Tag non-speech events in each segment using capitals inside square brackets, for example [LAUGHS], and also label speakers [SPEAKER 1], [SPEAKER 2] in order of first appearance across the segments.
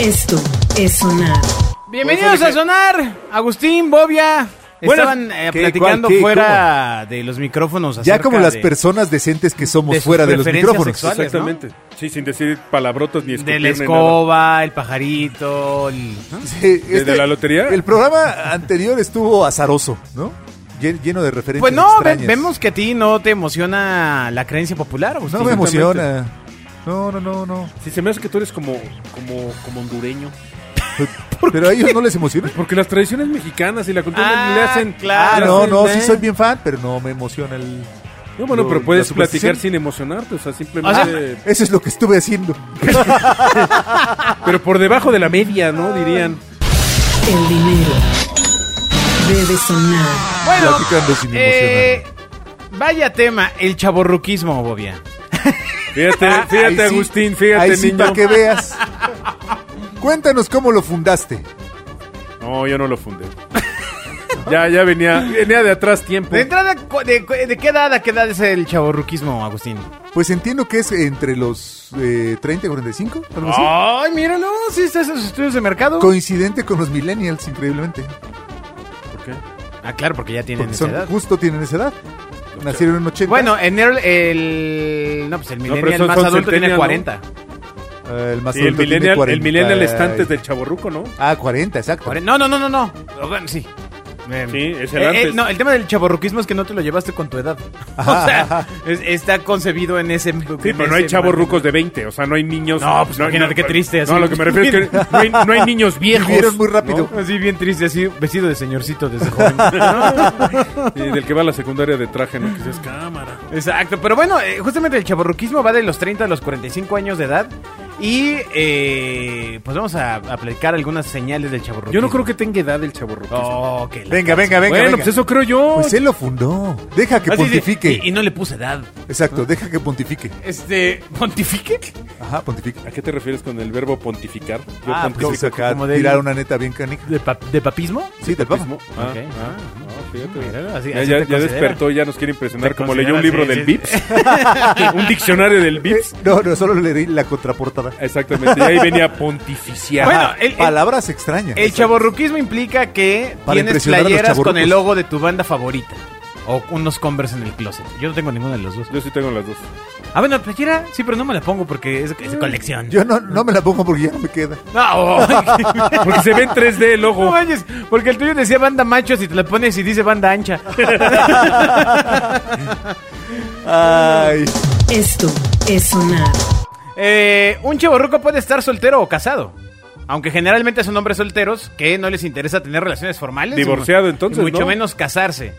[SPEAKER 1] Esto es sonar.
[SPEAKER 2] Bienvenidos a Sonar. Agustín, Bobia.
[SPEAKER 3] Bueno,
[SPEAKER 2] Estaban eh,
[SPEAKER 3] ¿qué,
[SPEAKER 2] platicando
[SPEAKER 3] cuál, qué,
[SPEAKER 2] fuera de los micrófonos.
[SPEAKER 4] Ya
[SPEAKER 2] acerca
[SPEAKER 4] como las
[SPEAKER 2] de-
[SPEAKER 4] personas decentes que somos
[SPEAKER 2] de sus
[SPEAKER 4] fuera de los
[SPEAKER 2] preferencias
[SPEAKER 4] micrófonos.
[SPEAKER 2] sexuales. ¿no?
[SPEAKER 3] Exactamente. Sí, sin decir palabrotas ni escupir
[SPEAKER 2] De la
[SPEAKER 3] ni nada.
[SPEAKER 2] escoba, el pajarito. el-
[SPEAKER 4] [LAUGHS] Sí,
[SPEAKER 3] ¿De- de la lotería?
[SPEAKER 4] Este, El programa anterior estuvo azaroso, ¿no? Lle- Lleno de referencias.
[SPEAKER 2] Pues no, ve-
[SPEAKER 4] extrañas.
[SPEAKER 2] vemos que a ti no te emociona la creencia popular, Agustín.
[SPEAKER 4] Pues No me emociona. No, no, no, no.
[SPEAKER 3] Si se me hace que tú eres como, como, como hondureño.
[SPEAKER 4] Pero a ellos no les emociona.
[SPEAKER 3] Porque las tradiciones mexicanas y la cultura
[SPEAKER 2] Ah,
[SPEAKER 3] le hacen...
[SPEAKER 2] [LAUGHS] claro.
[SPEAKER 4] Ah,
[SPEAKER 3] le
[SPEAKER 4] no,
[SPEAKER 3] hacen,
[SPEAKER 4] no,
[SPEAKER 3] eh.
[SPEAKER 4] sí soy bien fan, pero no me emociona el.
[SPEAKER 3] No, bueno,
[SPEAKER 4] Lo-
[SPEAKER 3] pero
[SPEAKER 4] la
[SPEAKER 3] puedes
[SPEAKER 4] superstición.
[SPEAKER 3] platicar sin emocionarte, o sea, simplemente...
[SPEAKER 4] Eso es lo que estuve
[SPEAKER 2] [LAUGHS]
[SPEAKER 4] haciendo.
[SPEAKER 3] pero por debajo de la media, ¿no? Dirían.
[SPEAKER 1] El dinero debe sonar.
[SPEAKER 2] Bueno,
[SPEAKER 4] Platicando sin
[SPEAKER 2] eh, vaya tema, el chaborruquismo, Bobia.
[SPEAKER 3] Fíjate,
[SPEAKER 4] Ah, Ahí
[SPEAKER 3] fíjate,
[SPEAKER 4] sí,
[SPEAKER 3] Agustín, fíjate,
[SPEAKER 4] Ahí sí,
[SPEAKER 3] niño.
[SPEAKER 4] para
[SPEAKER 2] [LAUGHS]
[SPEAKER 4] que veas. Cuéntanos cómo lo fundaste.
[SPEAKER 3] No, yo no lo fundé. ya, ya venía, venía de atrás tiempo.
[SPEAKER 2] De entrada, cu- de, cu- de qué edad a qué edad es el chaborruquismo, Agustín?
[SPEAKER 4] Pues entiendo que es entre los eh, 30 y 45, algo así.
[SPEAKER 2] Ay, míralo, sí, está en sus estudios de mercado.
[SPEAKER 4] Coincidente con los millennials, increíblemente.
[SPEAKER 3] ¿Por qué?
[SPEAKER 2] Ah, claro, porque ya tienen
[SPEAKER 4] Porque
[SPEAKER 2] esa
[SPEAKER 4] son,
[SPEAKER 2] edad.
[SPEAKER 4] justo tienen esa edad. Nacieron en 80.
[SPEAKER 2] Bueno, en el, el- No, pues el
[SPEAKER 3] pero
[SPEAKER 2] millennial
[SPEAKER 3] son-
[SPEAKER 2] más
[SPEAKER 3] son
[SPEAKER 2] adulto tiene
[SPEAKER 3] centennial,
[SPEAKER 2] 40.
[SPEAKER 4] Eh, el más
[SPEAKER 3] Sí, el
[SPEAKER 4] adulto tiene
[SPEAKER 3] millennial, el
[SPEAKER 4] 40
[SPEAKER 3] millennial
[SPEAKER 4] y-
[SPEAKER 3] está antes del chaborruco, ¿no?
[SPEAKER 4] Ah, 40, exacto.
[SPEAKER 2] Cuare- No, no, no, no, no. O Bueno, sí. Eh,
[SPEAKER 3] Sí, es el
[SPEAKER 2] eh,
[SPEAKER 3] antes.
[SPEAKER 2] eh, no, el tema del chaborruquismo es que no te lo llevaste con tu
[SPEAKER 3] [LAUGHS]
[SPEAKER 2] edad. o sea, es- está concebido en ese.
[SPEAKER 3] Sí, pero no hay chavos rucos de 20, o sea, no hay niños.
[SPEAKER 2] No, pues imagínate qué triste, así.
[SPEAKER 3] No, lo que me refiero es que no hay, no hay [LAUGHS] niños viejos.
[SPEAKER 4] Vivieron muy rápido.
[SPEAKER 2] Así bien triste, así vestido de señorcito desde
[SPEAKER 3] [LAUGHS]
[SPEAKER 2] joven.
[SPEAKER 3] Y del que va a la secundaria de traje, ¿no? Que dices, cámara.
[SPEAKER 2] Exacto, pero bueno, eh, justamente el chaborruquismo va de los 30 a los 45 años de edad. Y eh, pues vamos a aplicar algunas señales del chaborruquismo.
[SPEAKER 3] Yo no creo que tenga edad el chaborruco.
[SPEAKER 2] Oh, que la-
[SPEAKER 4] Venga, venga, venga.
[SPEAKER 3] bueno,
[SPEAKER 4] venga.
[SPEAKER 3] pues eso creo yo.
[SPEAKER 4] Pues él lo fundó. Deja que
[SPEAKER 2] Ah, sí, sí,
[SPEAKER 4] pontifique.
[SPEAKER 2] Y, y no le puse edad.
[SPEAKER 4] Exacto, deja que pontifique.
[SPEAKER 2] Este, ¿pontifique?
[SPEAKER 4] Ajá, pontifique.
[SPEAKER 3] ¿A qué te refieres con el verbo pontificar? Yo
[SPEAKER 2] Ah,
[SPEAKER 3] pontifico.
[SPEAKER 4] Vamos acá
[SPEAKER 2] como de-
[SPEAKER 4] tirar una neta bien canija.
[SPEAKER 2] ¿De, pap- de papismo?
[SPEAKER 4] Sí, del Papa.
[SPEAKER 3] Mismo. Ah,
[SPEAKER 2] Ok.
[SPEAKER 3] ah, no, fíjate.
[SPEAKER 2] Míralo, así-
[SPEAKER 3] ya
[SPEAKER 2] así
[SPEAKER 3] ya-
[SPEAKER 2] te
[SPEAKER 3] ya
[SPEAKER 2] considera.
[SPEAKER 3] despertó, ya nos quiere impresionar
[SPEAKER 2] Te
[SPEAKER 3] como leyó un libro
[SPEAKER 2] consideras,
[SPEAKER 3] del
[SPEAKER 2] sí,
[SPEAKER 3] Vips. [LAUGHS] un diccionario del Vips.
[SPEAKER 4] Eh, No, no, solo leí la contraportada. Ah,
[SPEAKER 3] Exactamente, y ahí venía pontificiar.
[SPEAKER 2] Bueno, el- el-
[SPEAKER 4] Palabras extrañas.
[SPEAKER 2] El chaborruquismo implica que
[SPEAKER 4] Para
[SPEAKER 2] tienes
[SPEAKER 4] impresionar a los
[SPEAKER 2] playeras con
[SPEAKER 4] chavorrucos.
[SPEAKER 2] el logo de tu banda favorita. O unos Converse en el closet. Yo no tengo ninguno de los dos.
[SPEAKER 3] Yo sí tengo las dos.
[SPEAKER 2] Ah, bueno, playera, sí, pero no me la pongo porque es, es de colección.
[SPEAKER 4] Yo no, no me la pongo porque ya no me queda.
[SPEAKER 2] [LAUGHS] No,
[SPEAKER 3] Porque se ve en 3D el
[SPEAKER 2] no
[SPEAKER 3] ojo.
[SPEAKER 2] manches, porque el tuyo decía banda machos y te la pones y dice banda ancha. Ah,
[SPEAKER 4] Ay.
[SPEAKER 1] Esto es sonar.
[SPEAKER 2] Eh, un chaborruco puede estar soltero o casado. Aunque generalmente son hombres solteros que no les interesa tener relaciones formales.
[SPEAKER 3] Divorciado,
[SPEAKER 2] y mu-
[SPEAKER 3] entonces,
[SPEAKER 2] y mucho
[SPEAKER 3] ¿no?
[SPEAKER 2] menos casarse.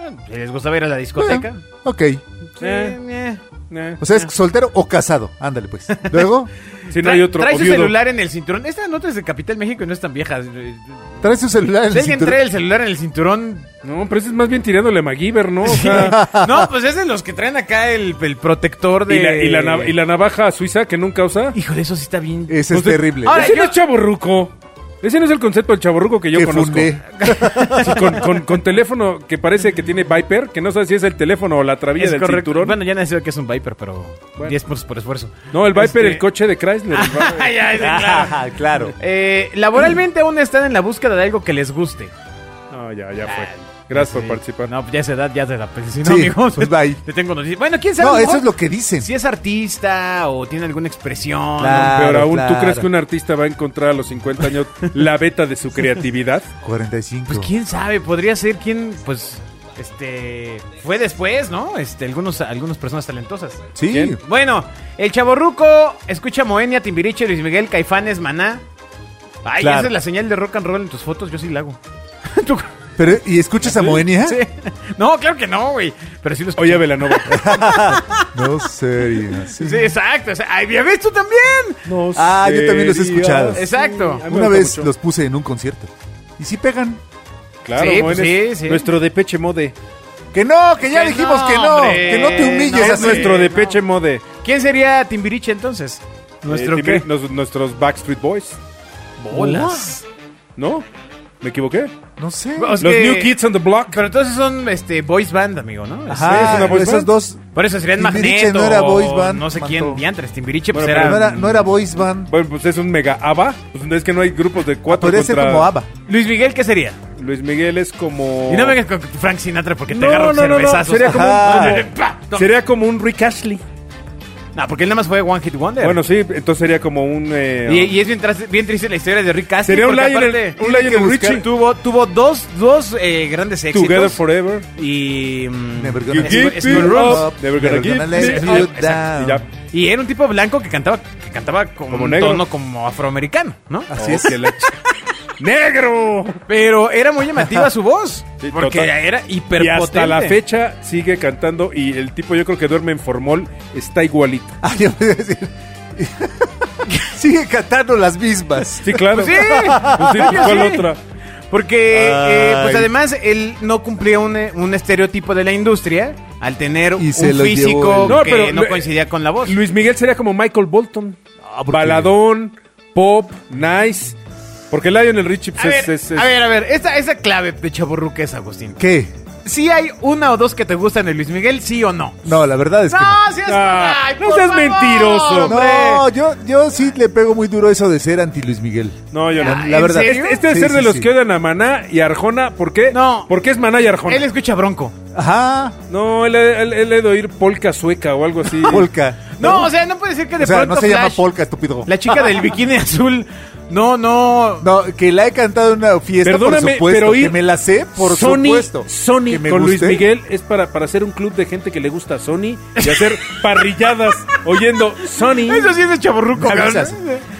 [SPEAKER 2] Ah, Si les gustaba ir a la discoteca.
[SPEAKER 4] Bueno, ok.
[SPEAKER 2] Sí,
[SPEAKER 3] Eh.
[SPEAKER 2] eh.
[SPEAKER 3] Eh,
[SPEAKER 4] O sea, es soltero o casado. Ándale, pues.
[SPEAKER 3] [LAUGHS]
[SPEAKER 4] Luego,
[SPEAKER 3] si no hay
[SPEAKER 2] Tra-
[SPEAKER 3] otro.
[SPEAKER 2] Trae
[SPEAKER 3] o
[SPEAKER 2] su
[SPEAKER 3] viudo.
[SPEAKER 2] celular en el cinturón. Esta nota es de Capital México y no es tan vieja. Si
[SPEAKER 4] trae su celular en el
[SPEAKER 2] alguien
[SPEAKER 4] cinturón.
[SPEAKER 2] trae el celular en el cinturón.
[SPEAKER 3] No, pero ese es más bien tirándole a MacGyver, ¿no? O
[SPEAKER 4] [LAUGHS]
[SPEAKER 3] sea,
[SPEAKER 2] No, pues es de los que traen acá el, el protector de.
[SPEAKER 3] y, la, y la nav- y la navaja suiza que nunca usa.
[SPEAKER 2] Híjole, eso sí está bien.
[SPEAKER 4] Ese es
[SPEAKER 3] Entonces-
[SPEAKER 4] terrible.
[SPEAKER 2] Ahora,
[SPEAKER 3] Ese
[SPEAKER 2] yo-
[SPEAKER 3] no es chaborruco. Ese no es el concepto del chaborruco que yo
[SPEAKER 4] que
[SPEAKER 3] conozco. [LAUGHS]
[SPEAKER 4] fundé.
[SPEAKER 3] Sí, con, con- con teléfono que parece que tiene Viper, que no sabe si es el teléfono o la trabilla
[SPEAKER 2] Es
[SPEAKER 3] del
[SPEAKER 2] correcto.
[SPEAKER 3] cinturón.
[SPEAKER 2] Bueno, ya nació que es un Viper, pero
[SPEAKER 3] Bueno.
[SPEAKER 2] 10 puntos por esfuerzo.
[SPEAKER 3] no, el Viper,
[SPEAKER 2] Este-
[SPEAKER 3] el coche
[SPEAKER 2] [LAUGHS]
[SPEAKER 3] de Chrysler. el Viper.
[SPEAKER 2] Ay, ay, sí, claro.
[SPEAKER 4] Ah, [LAUGHS] claro.
[SPEAKER 2] Eh, laboralmente aún están en la búsqueda de algo que les guste.
[SPEAKER 3] No, ya, ya fue. Gracias por
[SPEAKER 2] Sí.
[SPEAKER 3] participar.
[SPEAKER 2] No, pues ya esa edad, ya se da. Pues, si no,
[SPEAKER 4] Sí,
[SPEAKER 2] amigos,
[SPEAKER 4] pues, bye.
[SPEAKER 2] [LAUGHS] Te tengo noticias. Bueno, quién sabe. a
[SPEAKER 4] No,
[SPEAKER 2] lo
[SPEAKER 4] eso
[SPEAKER 2] mejor
[SPEAKER 4] es lo que dicen.
[SPEAKER 2] Si es artista o tiene alguna expresión.
[SPEAKER 4] Claro.
[SPEAKER 3] Pero aún, ¿tú
[SPEAKER 4] claro.
[SPEAKER 3] crees que un artista va a encontrar a los 50 años la beta de su creatividad?
[SPEAKER 4] 45.
[SPEAKER 2] Pues quién sabe, podría ser quien, pues, este, fue después, ¿no? Este, algunos, algunas personas talentosas.
[SPEAKER 4] Sí.
[SPEAKER 3] ¿Quién?
[SPEAKER 2] Bueno, el chaborruco escucha Moenia, Timbiriche, Luis Miguel, Caifanes, Maná. Ay,
[SPEAKER 4] Claro.
[SPEAKER 2] esa es la señal de rock and roll en tus fotos, yo sí la hago. [LAUGHS] ¿Tú?
[SPEAKER 4] Pero, ¿Y escuchas a Moenia?
[SPEAKER 2] [LAUGHS] Sí. No, claro que no, güey. Pero sí los
[SPEAKER 4] [LAUGHS]
[SPEAKER 3] Oye, Velanova.
[SPEAKER 4] No sería.
[SPEAKER 2] Sí, exacto. o sea, ay, ¿ya ves tú también?
[SPEAKER 3] No
[SPEAKER 4] Ah, yo también los he
[SPEAKER 3] sería.
[SPEAKER 4] escuchado.
[SPEAKER 2] Exacto.
[SPEAKER 3] a mí me
[SPEAKER 4] Una
[SPEAKER 3] gusta
[SPEAKER 4] vez
[SPEAKER 3] mucho.
[SPEAKER 4] los puse en un concierto. Y sí pegan.
[SPEAKER 3] Claro,
[SPEAKER 2] Sí,
[SPEAKER 3] Moenes.
[SPEAKER 2] pues sí, sí.
[SPEAKER 3] Nuestro Depeche Mode.
[SPEAKER 4] Que no, que ya
[SPEAKER 2] Que
[SPEAKER 4] dijimos
[SPEAKER 2] no,
[SPEAKER 4] que no.
[SPEAKER 2] hombre.
[SPEAKER 4] Que no te humilles
[SPEAKER 2] No,
[SPEAKER 3] Es
[SPEAKER 4] así.
[SPEAKER 3] nuestro
[SPEAKER 2] de-
[SPEAKER 3] Depeche Mode.
[SPEAKER 2] ¿Quién sería Timbiriche entonces? ¿Nuestro
[SPEAKER 3] Eh,
[SPEAKER 2] qué?
[SPEAKER 3] nos- nuestros Backstreet Boys.
[SPEAKER 2] Bolas.
[SPEAKER 3] ¿No? ¿Me equivoqué?
[SPEAKER 4] No sé.
[SPEAKER 2] O sea,
[SPEAKER 3] Los
[SPEAKER 2] que-
[SPEAKER 3] New Kids on the Block.
[SPEAKER 2] Pero entonces son este boys band, amigo, ¿no? Este,
[SPEAKER 3] ¿sí es
[SPEAKER 4] Ajá,
[SPEAKER 3] una boys
[SPEAKER 4] esas
[SPEAKER 3] band?
[SPEAKER 4] dos.
[SPEAKER 2] Por eso serían
[SPEAKER 4] Timbiriche
[SPEAKER 2] Magneto.
[SPEAKER 4] no era boys band,
[SPEAKER 2] No sé
[SPEAKER 4] Manto.
[SPEAKER 2] quién, diantres. Timbiriche, pues
[SPEAKER 3] Bueno,
[SPEAKER 2] era...
[SPEAKER 4] No era, no era boys band.
[SPEAKER 3] Bueno, pues es un mega ABBA. Pues es que no hay grupos de cuatro
[SPEAKER 4] Podría ser
[SPEAKER 3] contra-
[SPEAKER 4] como ABBA.
[SPEAKER 2] Luis Miguel, ¿qué sería?
[SPEAKER 3] Luis Miguel es como...
[SPEAKER 2] Y no vengas con Frank Sinatra porque te
[SPEAKER 3] No,
[SPEAKER 2] agarro
[SPEAKER 3] no, no, no.
[SPEAKER 2] cervezazos.
[SPEAKER 3] Sería como un-
[SPEAKER 2] Ajá. Pa, no.
[SPEAKER 3] Sería como un Rick Ashley.
[SPEAKER 2] No, porque él nada más fue One Hit Wonder.
[SPEAKER 3] Bueno, sí, entonces sería como un... eh,
[SPEAKER 2] Y, y es bien, tras- bien triste la historia de Rick Astley.
[SPEAKER 3] Sería un
[SPEAKER 2] porque
[SPEAKER 3] Lionel-
[SPEAKER 2] aparte tiene
[SPEAKER 3] un
[SPEAKER 2] que
[SPEAKER 3] Lionel
[SPEAKER 2] buscar-
[SPEAKER 3] Richie.
[SPEAKER 2] Tuvo, tuvo dos, dos eh, grandes éxitos.
[SPEAKER 3] Together Forever.
[SPEAKER 2] Y... mm,
[SPEAKER 4] Never
[SPEAKER 3] You
[SPEAKER 4] gonna
[SPEAKER 2] Es-
[SPEAKER 3] give
[SPEAKER 2] es-
[SPEAKER 3] me
[SPEAKER 2] es-
[SPEAKER 3] up,
[SPEAKER 4] up,
[SPEAKER 3] never gonna give
[SPEAKER 4] let
[SPEAKER 3] me
[SPEAKER 2] me
[SPEAKER 4] you
[SPEAKER 3] up.
[SPEAKER 4] down.
[SPEAKER 3] Y ya.
[SPEAKER 2] Y era un tipo blanco que cantaba, que cantaba con
[SPEAKER 3] Como
[SPEAKER 2] un
[SPEAKER 3] negro.
[SPEAKER 2] tono como afroamericano, ¿no?
[SPEAKER 4] Así
[SPEAKER 3] Oh,
[SPEAKER 4] es.
[SPEAKER 3] qué
[SPEAKER 4] [LAUGHS]
[SPEAKER 3] la ch- ¡Negro!
[SPEAKER 2] Pero era muy llamativa su voz.
[SPEAKER 3] [LAUGHS] Sí,
[SPEAKER 2] porque
[SPEAKER 3] total.
[SPEAKER 2] era hiperpotente.
[SPEAKER 3] Y hasta la fecha sigue cantando y el tipo yo creo que duerme en formol, está igualito.
[SPEAKER 4] Ah, yo voy a decir. [LAUGHS] Sigue cantando las mismas.
[SPEAKER 3] Sí, claro.
[SPEAKER 2] Pues sí.
[SPEAKER 3] Pues sí, pues, ¿cuál
[SPEAKER 2] Sí.
[SPEAKER 3] otra?
[SPEAKER 2] Porque, eh,
[SPEAKER 4] Ay.
[SPEAKER 2] pues además, él no cumplía un, eh, un estereotipo de la industria al tener
[SPEAKER 4] Y
[SPEAKER 2] un
[SPEAKER 4] se lo
[SPEAKER 2] físico
[SPEAKER 4] llevó el-
[SPEAKER 3] No,
[SPEAKER 2] que
[SPEAKER 3] pero-
[SPEAKER 2] no coincidía con la voz. Ah,
[SPEAKER 3] Luis Miguel sería como Michael Bolton. Baladón, pop, nice. Porque Lionel Richie pues,
[SPEAKER 2] A
[SPEAKER 3] es,
[SPEAKER 2] ver,
[SPEAKER 3] es- es-
[SPEAKER 2] a ver, a ver, esa, esa clave de chaburruca es Agustín.
[SPEAKER 4] ¿Qué?
[SPEAKER 2] Si hay una o dos que te gustan de Luis Miguel, sí o no.
[SPEAKER 4] No, la verdad es que. no.
[SPEAKER 2] si es
[SPEAKER 3] Ah,
[SPEAKER 2] ay,
[SPEAKER 3] no
[SPEAKER 2] por
[SPEAKER 3] seas
[SPEAKER 2] favor,
[SPEAKER 3] mentiroso.
[SPEAKER 2] hombre.
[SPEAKER 4] No, yo, yo sí le pego muy duro eso de ser anti Luis Miguel.
[SPEAKER 3] No, yo no.
[SPEAKER 2] Ah,
[SPEAKER 4] La
[SPEAKER 2] ¿en
[SPEAKER 4] verdad.
[SPEAKER 2] serio?
[SPEAKER 3] Este, este es
[SPEAKER 4] Sí,
[SPEAKER 3] ser
[SPEAKER 4] sí,
[SPEAKER 3] de los
[SPEAKER 4] sí.
[SPEAKER 3] que odian a Maná y Arjona. ¿Por qué?
[SPEAKER 2] No.
[SPEAKER 3] Porque es Maná y Arjona.
[SPEAKER 2] Él escucha bronco.
[SPEAKER 4] Ajá.
[SPEAKER 3] No, él, él, él he de oír polka sueca o algo así.
[SPEAKER 4] [LAUGHS] Polka.
[SPEAKER 2] No, o sea, no puede ser que de
[SPEAKER 4] O sea,
[SPEAKER 2] pronto
[SPEAKER 4] no se llama
[SPEAKER 2] Flash,
[SPEAKER 4] polka, estúpido.
[SPEAKER 2] la chica del bikini azul, no, no,
[SPEAKER 4] No, que la he cantado en una fiesta,
[SPEAKER 3] Perdóname,
[SPEAKER 4] por supuesto.
[SPEAKER 3] pero ir-
[SPEAKER 4] que me la sé, por
[SPEAKER 3] Sony,
[SPEAKER 4] supuesto.
[SPEAKER 3] Sony
[SPEAKER 4] Que me
[SPEAKER 3] con Luis
[SPEAKER 4] guste.
[SPEAKER 3] Miguel es para, para hacer un club de gente que le gusta a Sony y hacer parrilladas oyendo Sony.
[SPEAKER 2] [LAUGHS] eso sí es de chaburruco.
[SPEAKER 4] Me
[SPEAKER 2] cabrón.
[SPEAKER 4] avisas.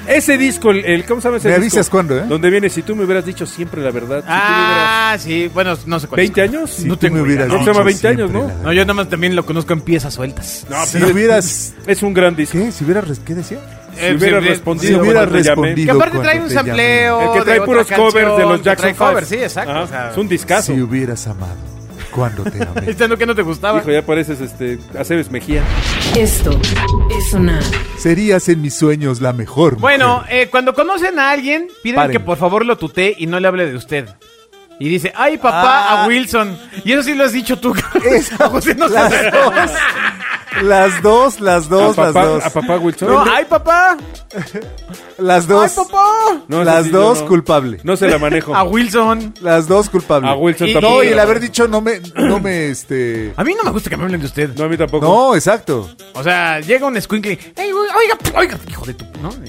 [SPEAKER 3] Ese disco, el, el- ¿cómo se llama ese
[SPEAKER 4] Me
[SPEAKER 3] disco?
[SPEAKER 4] avisas cuándo, ¿eh?
[SPEAKER 3] Donde viene, si tú me hubieras dicho siempre la verdad. Si tú me hubieras-
[SPEAKER 2] Ah, sí, bueno, no sé cuál es.
[SPEAKER 3] 20 años.
[SPEAKER 4] Si
[SPEAKER 2] No
[SPEAKER 4] tú
[SPEAKER 2] tengo
[SPEAKER 4] me
[SPEAKER 2] idea,
[SPEAKER 4] hubieras
[SPEAKER 2] ¿no?
[SPEAKER 4] dicho
[SPEAKER 3] Se llama 20 años,
[SPEAKER 4] siempre
[SPEAKER 3] ¿no?
[SPEAKER 4] la-
[SPEAKER 2] No, yo nomás también lo conozco en piezas sueltas.
[SPEAKER 3] No,
[SPEAKER 4] si
[SPEAKER 3] pero-
[SPEAKER 4] hubieras.
[SPEAKER 3] es un gran disco.
[SPEAKER 4] ¿Qué? Si hubieras. res- ¿Qué decía?
[SPEAKER 2] Eh,
[SPEAKER 3] si hubieras
[SPEAKER 2] sí,
[SPEAKER 3] respondido,
[SPEAKER 4] si hubieras
[SPEAKER 3] cuando te llamé.
[SPEAKER 4] respondido.
[SPEAKER 2] Que aparte
[SPEAKER 4] cuando
[SPEAKER 2] trae un
[SPEAKER 4] te llamen.
[SPEAKER 2] sampleo.
[SPEAKER 3] El que
[SPEAKER 2] Oh, de
[SPEAKER 3] trae
[SPEAKER 2] otra
[SPEAKER 3] puros
[SPEAKER 2] canción,
[SPEAKER 3] covers de los
[SPEAKER 2] que trae
[SPEAKER 3] Jackson 5.
[SPEAKER 2] covers, sí, exacto.
[SPEAKER 3] Ajá,
[SPEAKER 2] o sea,
[SPEAKER 3] es un discazo.
[SPEAKER 4] Si hubieras amado, cuando te amé.
[SPEAKER 2] [LAUGHS] Este no que no te gustaba.
[SPEAKER 3] Hijo, ya pareces este, Aceves Mejía.
[SPEAKER 1] Esto es sonar.
[SPEAKER 4] Serías en mis sueños la mejor.
[SPEAKER 2] Bueno,
[SPEAKER 4] mujer.
[SPEAKER 2] eh, cuando conocen a alguien, piden
[SPEAKER 4] Paren.
[SPEAKER 2] que por favor lo tutee y no le hable de usted. Y dice, ay papá,
[SPEAKER 4] Ah.
[SPEAKER 2] a Wilson. Y eso sí lo has dicho tú.
[SPEAKER 4] Es-
[SPEAKER 2] A [LAUGHS] José no se
[SPEAKER 4] las
[SPEAKER 2] hace.
[SPEAKER 4] dos. Las dos, las dos,
[SPEAKER 3] a,
[SPEAKER 4] las
[SPEAKER 3] papá,
[SPEAKER 4] dos.
[SPEAKER 3] a papá Wilson.
[SPEAKER 2] No, ay papá,
[SPEAKER 4] Las
[SPEAKER 2] ay
[SPEAKER 4] dos.
[SPEAKER 2] papá.
[SPEAKER 3] No, esa
[SPEAKER 4] las
[SPEAKER 3] sí yo
[SPEAKER 4] dos
[SPEAKER 3] no.
[SPEAKER 4] culpable.
[SPEAKER 3] No se la manejo.
[SPEAKER 2] [LAUGHS] A Wilson.
[SPEAKER 4] Las dos culpable.
[SPEAKER 3] A Wilson
[SPEAKER 2] Y-
[SPEAKER 3] tampoco.
[SPEAKER 4] No, y el haber dicho no me, no me, este.
[SPEAKER 2] A mí no me gusta que me hablen de usted.
[SPEAKER 3] No, a mí tampoco.
[SPEAKER 4] No, exacto.
[SPEAKER 2] O sea, llega un squinkle. "Ey, oiga, oiga, hijo de tu. ¿no? [LAUGHS]
[SPEAKER 4] sí,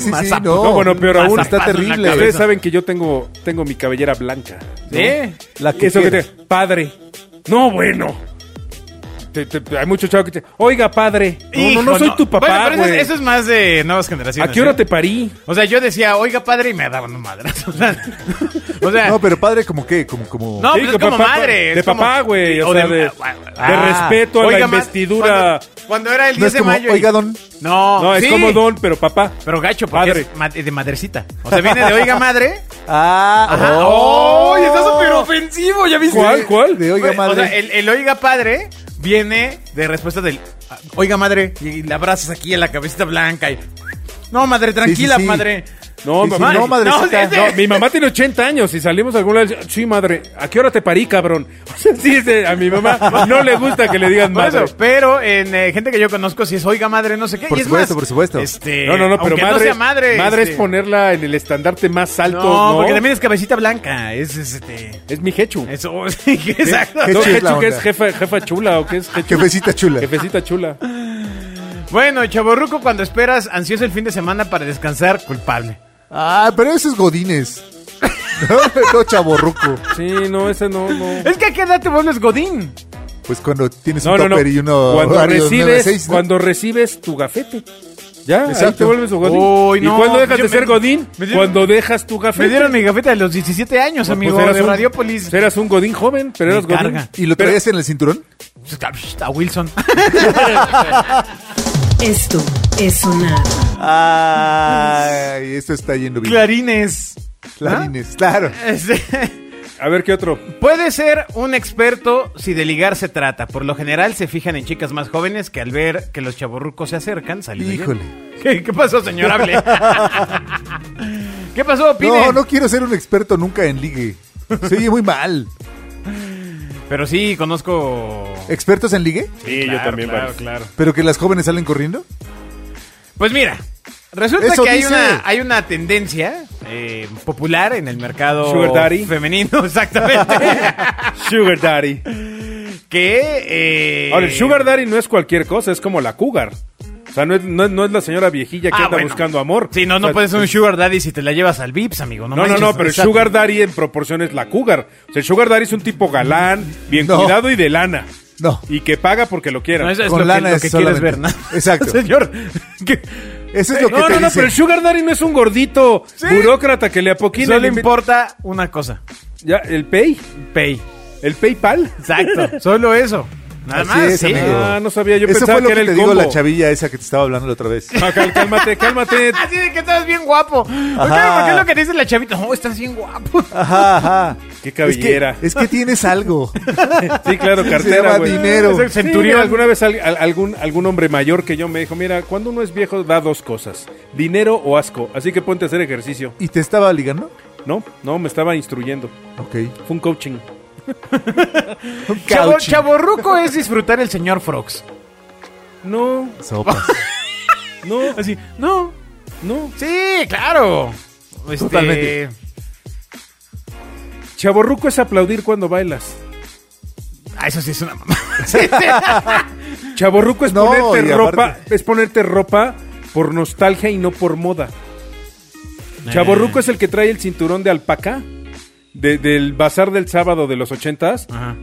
[SPEAKER 4] sí,
[SPEAKER 2] Mazapo-
[SPEAKER 4] no.
[SPEAKER 3] No, bueno, peor aún,
[SPEAKER 2] mazapazo
[SPEAKER 4] está
[SPEAKER 2] en la
[SPEAKER 4] terrible.
[SPEAKER 2] cabeza.
[SPEAKER 3] Ustedes saben que yo tengo, tengo mi cabellera blanca. ¿no?
[SPEAKER 2] ¿Eh?
[SPEAKER 4] La que
[SPEAKER 3] Eso que te,
[SPEAKER 4] quieras.
[SPEAKER 3] padre. No, bueno. Te- te- hay mucho chavo que te. Oiga, padre. No,
[SPEAKER 2] Hijo,
[SPEAKER 3] no, no soy tu
[SPEAKER 2] Bueno,
[SPEAKER 3] papá,
[SPEAKER 2] pero eso,
[SPEAKER 3] güey.
[SPEAKER 2] es- eso es más de nuevas
[SPEAKER 3] ¿A
[SPEAKER 2] generaciones.
[SPEAKER 3] qué hora
[SPEAKER 2] ¿eh?
[SPEAKER 3] te parí?
[SPEAKER 2] O sea, yo decía, oiga, padre, y me daban un madrazo. [LAUGHS] O sea, o sea,
[SPEAKER 4] No, pero padre, como qué, como, como.
[SPEAKER 2] No,
[SPEAKER 3] Sí,
[SPEAKER 2] pues es
[SPEAKER 3] con
[SPEAKER 2] como
[SPEAKER 3] papá,
[SPEAKER 2] madre. es
[SPEAKER 3] de
[SPEAKER 2] como-
[SPEAKER 3] papá, güey, o sea, de- de respeto a la
[SPEAKER 2] ah, ma-
[SPEAKER 3] investidura.
[SPEAKER 2] Cuando, cuando era el
[SPEAKER 4] No
[SPEAKER 2] 10
[SPEAKER 4] es
[SPEAKER 2] de
[SPEAKER 4] como,
[SPEAKER 2] mayo. y-
[SPEAKER 4] oiga, don.
[SPEAKER 2] No,
[SPEAKER 3] No, es
[SPEAKER 2] sí,
[SPEAKER 3] como don, pero papá.
[SPEAKER 2] Pero gacho, porque
[SPEAKER 3] Padre.
[SPEAKER 2] es ma- de madrecita. O sea, viene de oiga [LAUGHS] madre.
[SPEAKER 4] Ah,
[SPEAKER 2] Ajá.
[SPEAKER 4] oh.
[SPEAKER 2] ¡Ay, está súper ofensivo! ¿Ya viste?
[SPEAKER 3] ¿Cuál, cuál?
[SPEAKER 4] De oiga,
[SPEAKER 2] O
[SPEAKER 4] madre.
[SPEAKER 2] sea, el, el oiga padre viene de respuesta del ah, oiga madre y la abrazas aquí en la cabecita blanca y no madre tranquila
[SPEAKER 4] sí, sí.
[SPEAKER 2] madre.
[SPEAKER 3] No,
[SPEAKER 4] Sí, sí,
[SPEAKER 3] mamá.
[SPEAKER 4] no, madrecita.
[SPEAKER 2] es de-
[SPEAKER 3] No, mi mamá tiene 80 años y salimos a algún lado. y dice, Sí, madre, ¿a qué hora te parí, cabrón? [LAUGHS] O sea, sí, ese- a mi mamá no le gusta que le
[SPEAKER 2] [LAUGHS]
[SPEAKER 3] digan
[SPEAKER 2] Por
[SPEAKER 3] madre.
[SPEAKER 2] eso, pero en eh, gente que yo conozco si es oiga madre no sé qué.
[SPEAKER 4] Por
[SPEAKER 2] y es
[SPEAKER 4] supuesto,
[SPEAKER 2] más,
[SPEAKER 4] por supuesto.
[SPEAKER 2] Este,
[SPEAKER 3] No, no, no, pero
[SPEAKER 2] aunque
[SPEAKER 3] madre,
[SPEAKER 2] no sea madre.
[SPEAKER 3] madre
[SPEAKER 2] este,
[SPEAKER 3] es ponerla en el estandarte más alto.
[SPEAKER 2] No,
[SPEAKER 3] No,
[SPEAKER 2] porque también es cabecita blanca. Es este.
[SPEAKER 3] es mi jechu.
[SPEAKER 2] Eso, [LAUGHS] sí, que exacto.
[SPEAKER 4] Jechu
[SPEAKER 3] No,
[SPEAKER 4] es la
[SPEAKER 3] jechu que
[SPEAKER 4] onda.
[SPEAKER 3] es jefa, jefa chula o qué es jechu.
[SPEAKER 4] Jefecita
[SPEAKER 3] [LAUGHS]
[SPEAKER 4] chula.
[SPEAKER 3] Jefecita chula.
[SPEAKER 2] Bueno, chaborruco, cuando esperas ansioso el fin de semana para descansar, culpable.
[SPEAKER 4] Ah, pero eso es Godines. [LAUGHS] no, chaborruco.
[SPEAKER 3] Sí, no, ese no, no.
[SPEAKER 2] Es que a qué edad te vuelves godín.
[SPEAKER 4] Pues cuando tienes
[SPEAKER 3] No,
[SPEAKER 4] un
[SPEAKER 3] no, no.
[SPEAKER 4] topper y uno
[SPEAKER 3] cuando
[SPEAKER 4] horario
[SPEAKER 3] recibes,
[SPEAKER 4] 9-6, ¿no?
[SPEAKER 3] cuando recibes tu gafete. Ya, ahí
[SPEAKER 4] Exacto.
[SPEAKER 3] te vuelves un godín.
[SPEAKER 2] Uy,
[SPEAKER 3] ¿Y
[SPEAKER 2] no,
[SPEAKER 3] cuándo dejas
[SPEAKER 2] yo
[SPEAKER 3] de
[SPEAKER 2] me-
[SPEAKER 3] ser godín?
[SPEAKER 2] me dieron-
[SPEAKER 3] cuando dejas tu gafete.
[SPEAKER 2] Me dieron mi gafeta a los 17 años,
[SPEAKER 3] Pues
[SPEAKER 2] amigo,
[SPEAKER 3] eras
[SPEAKER 2] de
[SPEAKER 3] un- pues,
[SPEAKER 2] Radiopolis.
[SPEAKER 3] Eras un godín joven, pero
[SPEAKER 2] Me
[SPEAKER 3] eras godín.
[SPEAKER 2] carga.
[SPEAKER 4] ¿Y lo
[SPEAKER 3] Pero-
[SPEAKER 4] traías en el cinturón?
[SPEAKER 2] Pues, ah, A
[SPEAKER 3] [LAUGHS]
[SPEAKER 2] Wilson.
[SPEAKER 1] Esto es sonar.
[SPEAKER 3] Ah.
[SPEAKER 4] Ay, esto está yendo bien.
[SPEAKER 2] Clarines.
[SPEAKER 3] ¿Ah?
[SPEAKER 4] Clarines, claro.
[SPEAKER 2] Este,
[SPEAKER 3] A ver, ¿qué
[SPEAKER 2] [LAUGHS]
[SPEAKER 3] otro?
[SPEAKER 2] Puede ser un experto si de ligar se trata. Por lo general se fijan en chicas más jóvenes que al ver que los chaborrucos se acercan, salen.
[SPEAKER 4] Híjole.
[SPEAKER 3] [LAUGHS]
[SPEAKER 2] ¿Qué, qué pasó, señor? Hable. ¿Qué pasó, Pine?
[SPEAKER 4] No, no quiero ser un experto nunca en ligue. Se oye muy mal.
[SPEAKER 2] Pero sí, conozco...
[SPEAKER 4] ¿Expertos en ligue?
[SPEAKER 3] Sí,
[SPEAKER 2] Claro,
[SPEAKER 3] yo también,
[SPEAKER 2] claro,
[SPEAKER 3] varios.
[SPEAKER 2] claro.
[SPEAKER 4] ¿Pero que las jóvenes salen corriendo?
[SPEAKER 2] Pues mira, resulta
[SPEAKER 4] Eso
[SPEAKER 2] que hay
[SPEAKER 4] dice.
[SPEAKER 2] una, hay una tendencia eh, popular en el mercado
[SPEAKER 3] Sugar daddy.
[SPEAKER 2] femenino, [LAUGHS] exactamente,
[SPEAKER 3] Sugar Daddy.
[SPEAKER 2] que... eh,
[SPEAKER 3] Ahora, el Sugar Daddy no es cualquier cosa, es como la cougar. O sea, no es, no es- no es la señora viejilla que
[SPEAKER 2] Ah,
[SPEAKER 3] anda
[SPEAKER 2] bueno.
[SPEAKER 3] buscando amor.
[SPEAKER 2] Sí, no,
[SPEAKER 3] O
[SPEAKER 2] no
[SPEAKER 3] sea,
[SPEAKER 2] puedes ser un sugar daddy si te la llevas al Vips, amigo. No,
[SPEAKER 3] No, no,
[SPEAKER 2] manches.
[SPEAKER 3] no, pero el
[SPEAKER 2] Exacto.
[SPEAKER 3] Sugar Daddy en proporción es la cougar. O sea, el Sugar Daddy es un tipo galán, bien
[SPEAKER 4] No.
[SPEAKER 3] cuidado y de lana.
[SPEAKER 4] No.
[SPEAKER 3] Y que paga porque lo quieran.
[SPEAKER 2] No, eso es
[SPEAKER 4] Con
[SPEAKER 2] lo que,
[SPEAKER 4] lana
[SPEAKER 2] lo
[SPEAKER 4] es
[SPEAKER 2] que quieres ver, ¿no? [LAUGHS]
[SPEAKER 4] solamente. Exacto.
[SPEAKER 2] Señor, ¿qué?
[SPEAKER 4] Eso es lo que
[SPEAKER 3] no,
[SPEAKER 4] te
[SPEAKER 3] no, no,
[SPEAKER 4] dicen.
[SPEAKER 3] pero el Sugar Daddy no es un gordito burócrata que le apoquina.
[SPEAKER 2] solo
[SPEAKER 3] le invi-
[SPEAKER 2] importa una cosa.
[SPEAKER 3] Ya, el Pay,
[SPEAKER 2] Pay.
[SPEAKER 4] [LAUGHS]
[SPEAKER 3] el PayPal.
[SPEAKER 2] Exacto. [LAUGHS] Solo eso. Nada
[SPEAKER 4] Así
[SPEAKER 2] más.
[SPEAKER 4] es,
[SPEAKER 2] sí.
[SPEAKER 4] amigo.
[SPEAKER 3] Ah, no sabía, yo
[SPEAKER 4] Eso
[SPEAKER 3] pensaba
[SPEAKER 4] fue lo
[SPEAKER 3] que
[SPEAKER 4] que,
[SPEAKER 3] era
[SPEAKER 4] te
[SPEAKER 3] el
[SPEAKER 4] digo
[SPEAKER 3] combo.
[SPEAKER 4] la chavilla esa que te estaba hablando la otra
[SPEAKER 3] [LAUGHS]
[SPEAKER 4] vez.
[SPEAKER 3] Ah, cal- cálmate, cálmate.
[SPEAKER 2] [LAUGHS] Así de que estás bien guapo. ¿Por qué,
[SPEAKER 4] Ajá.
[SPEAKER 2] por qué es lo que dice la chavita? No, estás bien guapo.
[SPEAKER 4] Ajá, ajá.
[SPEAKER 3] Qué
[SPEAKER 4] Es que-
[SPEAKER 3] cabellera.
[SPEAKER 4] Es que, tienes algo.
[SPEAKER 3] Sí, claro,
[SPEAKER 4] Se
[SPEAKER 3] cartera,
[SPEAKER 4] llama
[SPEAKER 3] güey.
[SPEAKER 4] dinero.
[SPEAKER 2] Es el
[SPEAKER 3] Sí,
[SPEAKER 2] centurión.
[SPEAKER 3] mira, alguna vez al- al- algún, algún hombre mayor que yo me dijo, mira, cuando uno es viejo da dos cosas, dinero o asco, así que ponte a hacer ejercicio.
[SPEAKER 4] ¿Y te estaba ligando?
[SPEAKER 3] No, no, me estaba instruyendo.
[SPEAKER 4] Ok.
[SPEAKER 3] Fue un coaching.
[SPEAKER 2] Chavo,
[SPEAKER 4] Couching.
[SPEAKER 2] chaborruco es disfrutar el señor Frogs.
[SPEAKER 3] No,
[SPEAKER 4] Sopas.
[SPEAKER 3] no,
[SPEAKER 2] Así, no.
[SPEAKER 3] no.
[SPEAKER 2] Sí, claro. Este,
[SPEAKER 4] Totalmente.
[SPEAKER 3] Chaborruco es aplaudir cuando bailas.
[SPEAKER 2] Ah, eso sí es una mamá.
[SPEAKER 3] Chaborruco es
[SPEAKER 4] No, y
[SPEAKER 3] ponerte ropa,
[SPEAKER 4] aparte-
[SPEAKER 3] es ponerte ropa por nostalgia y no por moda.
[SPEAKER 2] Eh.
[SPEAKER 3] Chaborruco es el que trae el cinturón de alpaca de- del bazar del sábado de los ochentas
[SPEAKER 2] Ajá.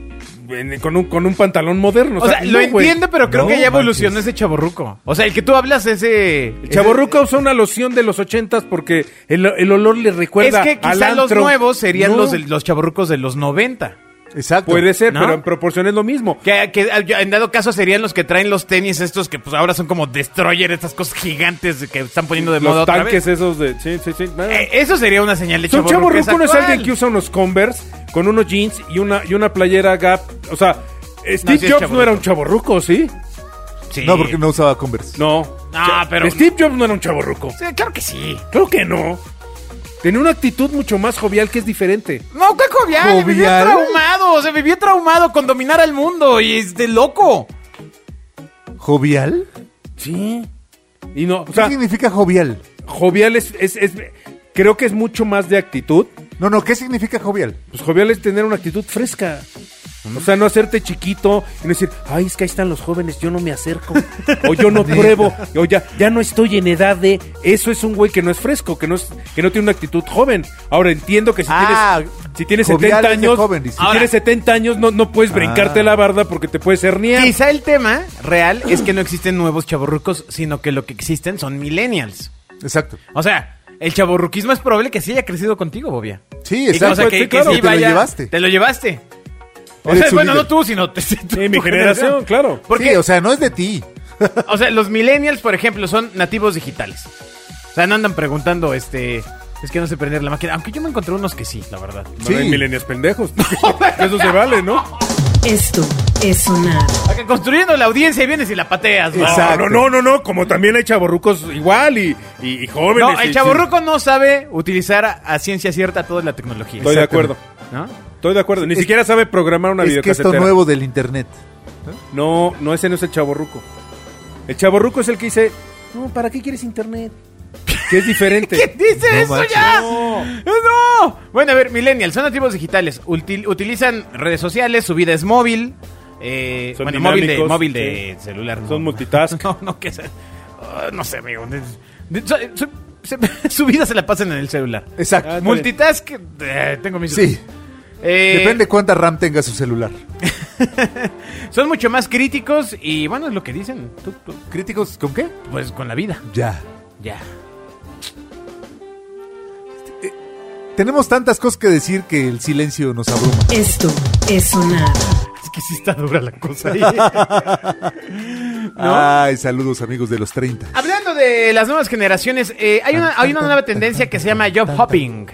[SPEAKER 3] en- con un, con un pantalón moderno.
[SPEAKER 2] O sea,
[SPEAKER 3] no,
[SPEAKER 2] lo
[SPEAKER 3] güey.
[SPEAKER 2] entiendo, pero creo
[SPEAKER 4] No
[SPEAKER 2] que ya evolucionó
[SPEAKER 4] manches.
[SPEAKER 2] ese chaborruco. O sea, el que tú hablas ese.
[SPEAKER 3] El chaborruco usa una loción de los ochentas porque el, el olor le recuerda
[SPEAKER 2] Es que
[SPEAKER 3] al
[SPEAKER 2] quizá los
[SPEAKER 3] antro.
[SPEAKER 2] nuevos serían
[SPEAKER 3] No,
[SPEAKER 2] los, del- los chaborrucos de los 90.
[SPEAKER 4] Exacto.
[SPEAKER 3] Puede ser,
[SPEAKER 2] ¿No?
[SPEAKER 3] pero en proporción es lo mismo.
[SPEAKER 2] Que, que en dado caso serían los que traen los tenis estos que pues ahora son como destroyer, estas cosas gigantes que están poniendo de moda
[SPEAKER 3] los
[SPEAKER 2] otra
[SPEAKER 3] tanques
[SPEAKER 2] vez.
[SPEAKER 3] esos de... Sí, sí, sí. no.
[SPEAKER 2] Eh, eso sería una señal de
[SPEAKER 3] O sea, un
[SPEAKER 2] chaborruco.
[SPEAKER 3] chaborruco no es alguien que usa unos Converse con unos jeans y una, y una playera Gap. O sea, Steve
[SPEAKER 2] sí es
[SPEAKER 3] Jobs no era un chaborruco, [LAUGHS] ¿sí?
[SPEAKER 4] No, porque no usaba Converse.
[SPEAKER 3] No.
[SPEAKER 2] Ah,
[SPEAKER 3] O sea,
[SPEAKER 2] pero-
[SPEAKER 3] Steve Jobs no era un chaborruco.
[SPEAKER 2] claro que sí.
[SPEAKER 3] Creo que no. Tenía una actitud mucho más jovial que es diferente.
[SPEAKER 2] No, qué jovial, vivía
[SPEAKER 4] ¿Jovial?
[SPEAKER 2] traumado, o sea, vivía traumado con dominar al mundo y es de loco.
[SPEAKER 4] ¿Jovial?
[SPEAKER 3] Sí. Y no, o
[SPEAKER 4] ¿Qué
[SPEAKER 3] sea,
[SPEAKER 4] significa jovial?
[SPEAKER 3] jovial es, es- es- creo que es mucho más de actitud.
[SPEAKER 4] No, no, ¿qué significa jovial?
[SPEAKER 3] Pues jovial es tener una actitud fresca. O sea, no hacerte chiquito y no decir, ay, es que ahí están los jóvenes, yo no
[SPEAKER 4] [LAUGHS]
[SPEAKER 3] me acerco. o yo no pruebo. O ya, ya no estoy en edad de. Eso es un güey que no es fresco, que no, es, que no tiene una actitud joven. Ahora entiendo que si
[SPEAKER 4] Ah,
[SPEAKER 3] tienes, si tienes
[SPEAKER 4] jovial
[SPEAKER 3] 70
[SPEAKER 4] es de
[SPEAKER 3] años.
[SPEAKER 4] joven, dice. Ah.
[SPEAKER 3] si tienes 70 años, no, no puedes brincarte la barda porque te puedes herniar.
[SPEAKER 2] Quizá el tema real es que no existen nuevos chaborrucos, sino que lo que existen son millennials.
[SPEAKER 4] Exacto.
[SPEAKER 2] O sea, el chaborruquismo es probable que sí haya crecido contigo, Bobia.
[SPEAKER 4] Sí,
[SPEAKER 2] Y que,
[SPEAKER 4] exacto.
[SPEAKER 2] o sea, que,
[SPEAKER 4] Sí,
[SPEAKER 2] que
[SPEAKER 4] claro.
[SPEAKER 2] sí
[SPEAKER 4] Te lo
[SPEAKER 2] vaya-
[SPEAKER 4] llevaste.
[SPEAKER 2] Te lo llevaste. O
[SPEAKER 4] Eres
[SPEAKER 2] sea,
[SPEAKER 4] su
[SPEAKER 2] bueno,
[SPEAKER 4] líder.
[SPEAKER 2] no tú, sino [LAUGHS] tu- tu
[SPEAKER 3] Sí, mi generación, claro.
[SPEAKER 2] Porque,
[SPEAKER 4] Sí, o sea, no es de ti.
[SPEAKER 2] o sea, los millennials, por ejemplo, son nativos digitales. O sea, no andan preguntando, este, es que no sé prender la máquina. Aunque yo me encontré unos que sí, la verdad.
[SPEAKER 3] No
[SPEAKER 4] Sí.
[SPEAKER 3] hay milenios pendejos.
[SPEAKER 4] [LAUGHS]
[SPEAKER 3] Eso se vale, ¿no?
[SPEAKER 1] Esto es sonar.
[SPEAKER 2] Acá construyendo la audiencia y vienes y la pateas. ¿no?
[SPEAKER 4] Exacto.
[SPEAKER 3] No, no, no, no. Como también hay chaborrucos igual y, y- y jóvenes.
[SPEAKER 2] No, el
[SPEAKER 3] y-
[SPEAKER 2] chaborruco no sabe utilizar a, a ciencia cierta toda la tecnología.
[SPEAKER 3] Estoy de
[SPEAKER 4] Exactamente.
[SPEAKER 3] acuerdo.
[SPEAKER 2] ¿No?
[SPEAKER 3] Estoy de acuerdo. Ni
[SPEAKER 4] Es-
[SPEAKER 3] siquiera sabe programar una
[SPEAKER 4] Es que esto
[SPEAKER 3] videocasetera.
[SPEAKER 4] nuevo del internet.
[SPEAKER 3] No, no, ese no es el chaborruco. El chaborruco es el que dice, no, ¿para qué quieres internet? Que es
[SPEAKER 2] [LAUGHS] ¿Quién
[SPEAKER 3] diferente.
[SPEAKER 2] dice
[SPEAKER 4] No
[SPEAKER 2] eso
[SPEAKER 4] manches.
[SPEAKER 2] ya?
[SPEAKER 3] No.
[SPEAKER 2] ¡No! Bueno, a ver, millennials, son nativos digitales. Util- utilizan redes sociales, su vida es móvil. eh,
[SPEAKER 3] Son
[SPEAKER 2] bueno, móvil de,
[SPEAKER 3] dinámicos,
[SPEAKER 2] móvil de celular.
[SPEAKER 3] Son
[SPEAKER 2] [LAUGHS]
[SPEAKER 3] multitask.
[SPEAKER 2] No, no, que sea- ah, no sé, amigo. De- de- so- so- se- [LAUGHS] su vida se la pasan en el celular.
[SPEAKER 4] Exacto.
[SPEAKER 3] Ah, está bien.
[SPEAKER 2] Multitask, eh, tengo mis
[SPEAKER 4] Sí.
[SPEAKER 2] Eh,
[SPEAKER 4] Depende cuánta RAM tenga su celular.
[SPEAKER 2] Son mucho más críticos y bueno, es lo que dicen. Tú, tú,
[SPEAKER 4] ¿Críticos con qué?
[SPEAKER 2] pues con la vida.
[SPEAKER 4] Ya.
[SPEAKER 2] Ya.
[SPEAKER 4] Tenemos tantas cosas que decir que el silencio nos abruma.
[SPEAKER 1] Esto es sonar.
[SPEAKER 2] Es que sí está dura la cosa.
[SPEAKER 3] [LAUGHS]
[SPEAKER 4] Ay, saludos amigos de los 30.
[SPEAKER 2] Hablando de las nuevas generaciones, eh, hay, una, hay una nueva tendencia que se llama job hopping.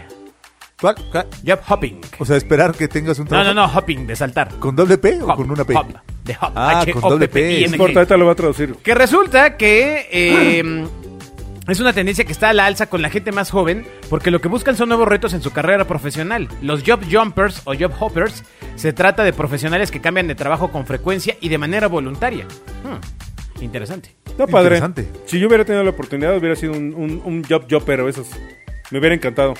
[SPEAKER 4] ¿Cuál? ¿Cuál?
[SPEAKER 2] Job hopping.
[SPEAKER 4] O sea, esperar que tengas un
[SPEAKER 2] No,
[SPEAKER 4] trabajo.
[SPEAKER 2] no, no, hopping, de saltar.
[SPEAKER 4] ¿Con doble P o
[SPEAKER 2] Hop,
[SPEAKER 4] con una P?
[SPEAKER 2] hop, de hop,
[SPEAKER 4] Ah, con doble P.
[SPEAKER 3] No
[SPEAKER 2] H-O-P-P-I-N-G.
[SPEAKER 3] importa, ahorita lo va a traducir.
[SPEAKER 2] Que resulta que eh, Es una tendencia que está a la alza con la gente más joven porque lo que buscan son nuevos retos en su carrera profesional. Los job jumpers o job hoppers se trata de profesionales que cambian de trabajo con frecuencia y de manera voluntaria. Hmm, Interesante.
[SPEAKER 3] Está padre.
[SPEAKER 4] Interesante.
[SPEAKER 3] Si yo hubiera tenido la oportunidad, hubiera sido un, un, un job jumper o esos. Me hubiera encantado.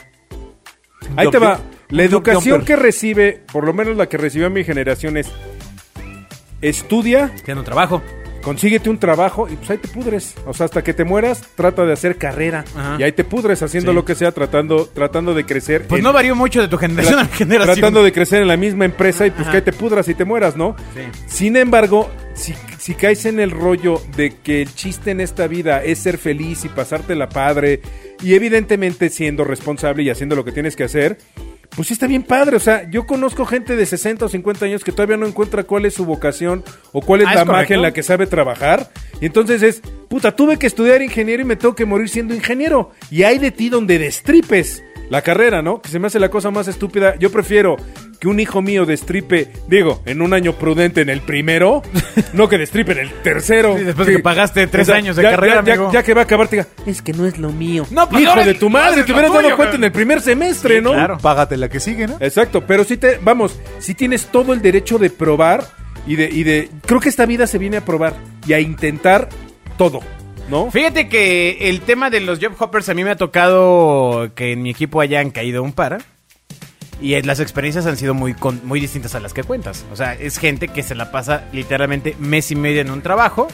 [SPEAKER 3] Ahí
[SPEAKER 4] job
[SPEAKER 3] te va.
[SPEAKER 4] jump-
[SPEAKER 3] La
[SPEAKER 4] un job
[SPEAKER 3] educación
[SPEAKER 4] jumper.
[SPEAKER 3] que recibe, por lo menos la que recibió mi generación, es estudia,
[SPEAKER 2] Tienen un trabajo.
[SPEAKER 3] consíguete un trabajo y pues ahí te pudres. O sea, hasta que te mueras, trata de hacer carrera.
[SPEAKER 2] Ajá.
[SPEAKER 3] Y ahí te pudres haciendo
[SPEAKER 2] Sí.
[SPEAKER 3] lo que sea, tratando, tratando de crecer.
[SPEAKER 2] Pues
[SPEAKER 3] en-
[SPEAKER 2] no varió mucho de tu generación a
[SPEAKER 3] Tra-
[SPEAKER 2] la [LAUGHS] generación.
[SPEAKER 3] Tratando de crecer en la misma empresa y pues
[SPEAKER 2] Ajá.
[SPEAKER 3] que ahí te pudras y te mueras, ¿no?
[SPEAKER 2] Sí.
[SPEAKER 3] Sin embargo, si, si caes en el rollo de que el chiste en esta vida es ser feliz y pasártela padre, y evidentemente siendo responsable y haciendo lo que tienes que hacer, pues sí está bien padre. O sea, yo conozco gente de 60 o 50 años que todavía no encuentra cuál es su vocación o cuál es
[SPEAKER 2] Ah,
[SPEAKER 3] la
[SPEAKER 2] ¿es
[SPEAKER 3] magia en
[SPEAKER 2] correcto?
[SPEAKER 3] la que sabe trabajar. Y entonces es, puta, tuve que estudiar ingeniero y me tengo que morir siendo ingeniero. Y hay de ti donde destripes la carrera, ¿no? Que se me hace la cosa más estúpida. Yo prefiero que un hijo mío destripe, digo, en un año prudente en el primero,
[SPEAKER 2] [LAUGHS]
[SPEAKER 3] no que destripe en el tercero.
[SPEAKER 2] Sí, después de que pagaste tres años de
[SPEAKER 3] ya-
[SPEAKER 2] carrera,
[SPEAKER 3] ya, ya-
[SPEAKER 2] amigo.
[SPEAKER 3] ya que va a acabar, te diga,
[SPEAKER 5] Es que no es lo mío.
[SPEAKER 2] No, pues
[SPEAKER 3] hijo
[SPEAKER 2] ahora-
[SPEAKER 3] de tu madre,
[SPEAKER 2] ahora
[SPEAKER 3] te
[SPEAKER 2] lo
[SPEAKER 3] hubieras dado
[SPEAKER 2] tuyo,
[SPEAKER 3] cuenta
[SPEAKER 2] güey.
[SPEAKER 3] en el primer semestre,
[SPEAKER 2] Sí,
[SPEAKER 3] ¿no?
[SPEAKER 2] claro.
[SPEAKER 4] Págate la que sigue, ¿no?
[SPEAKER 3] Exacto, pero sí te, vamos, si tienes todo el derecho de probar y de, y de, creo que esta vida se viene a probar y a intentar todo, ¿no?
[SPEAKER 2] Fíjate que el tema de los job hoppers a mí me ha tocado que en mi equipo hayan caído un par. Y eh, las experiencias han sido muy, con- muy distintas a las que cuentas. O sea, es gente que se la pasa literalmente mes y medio en un trabajo.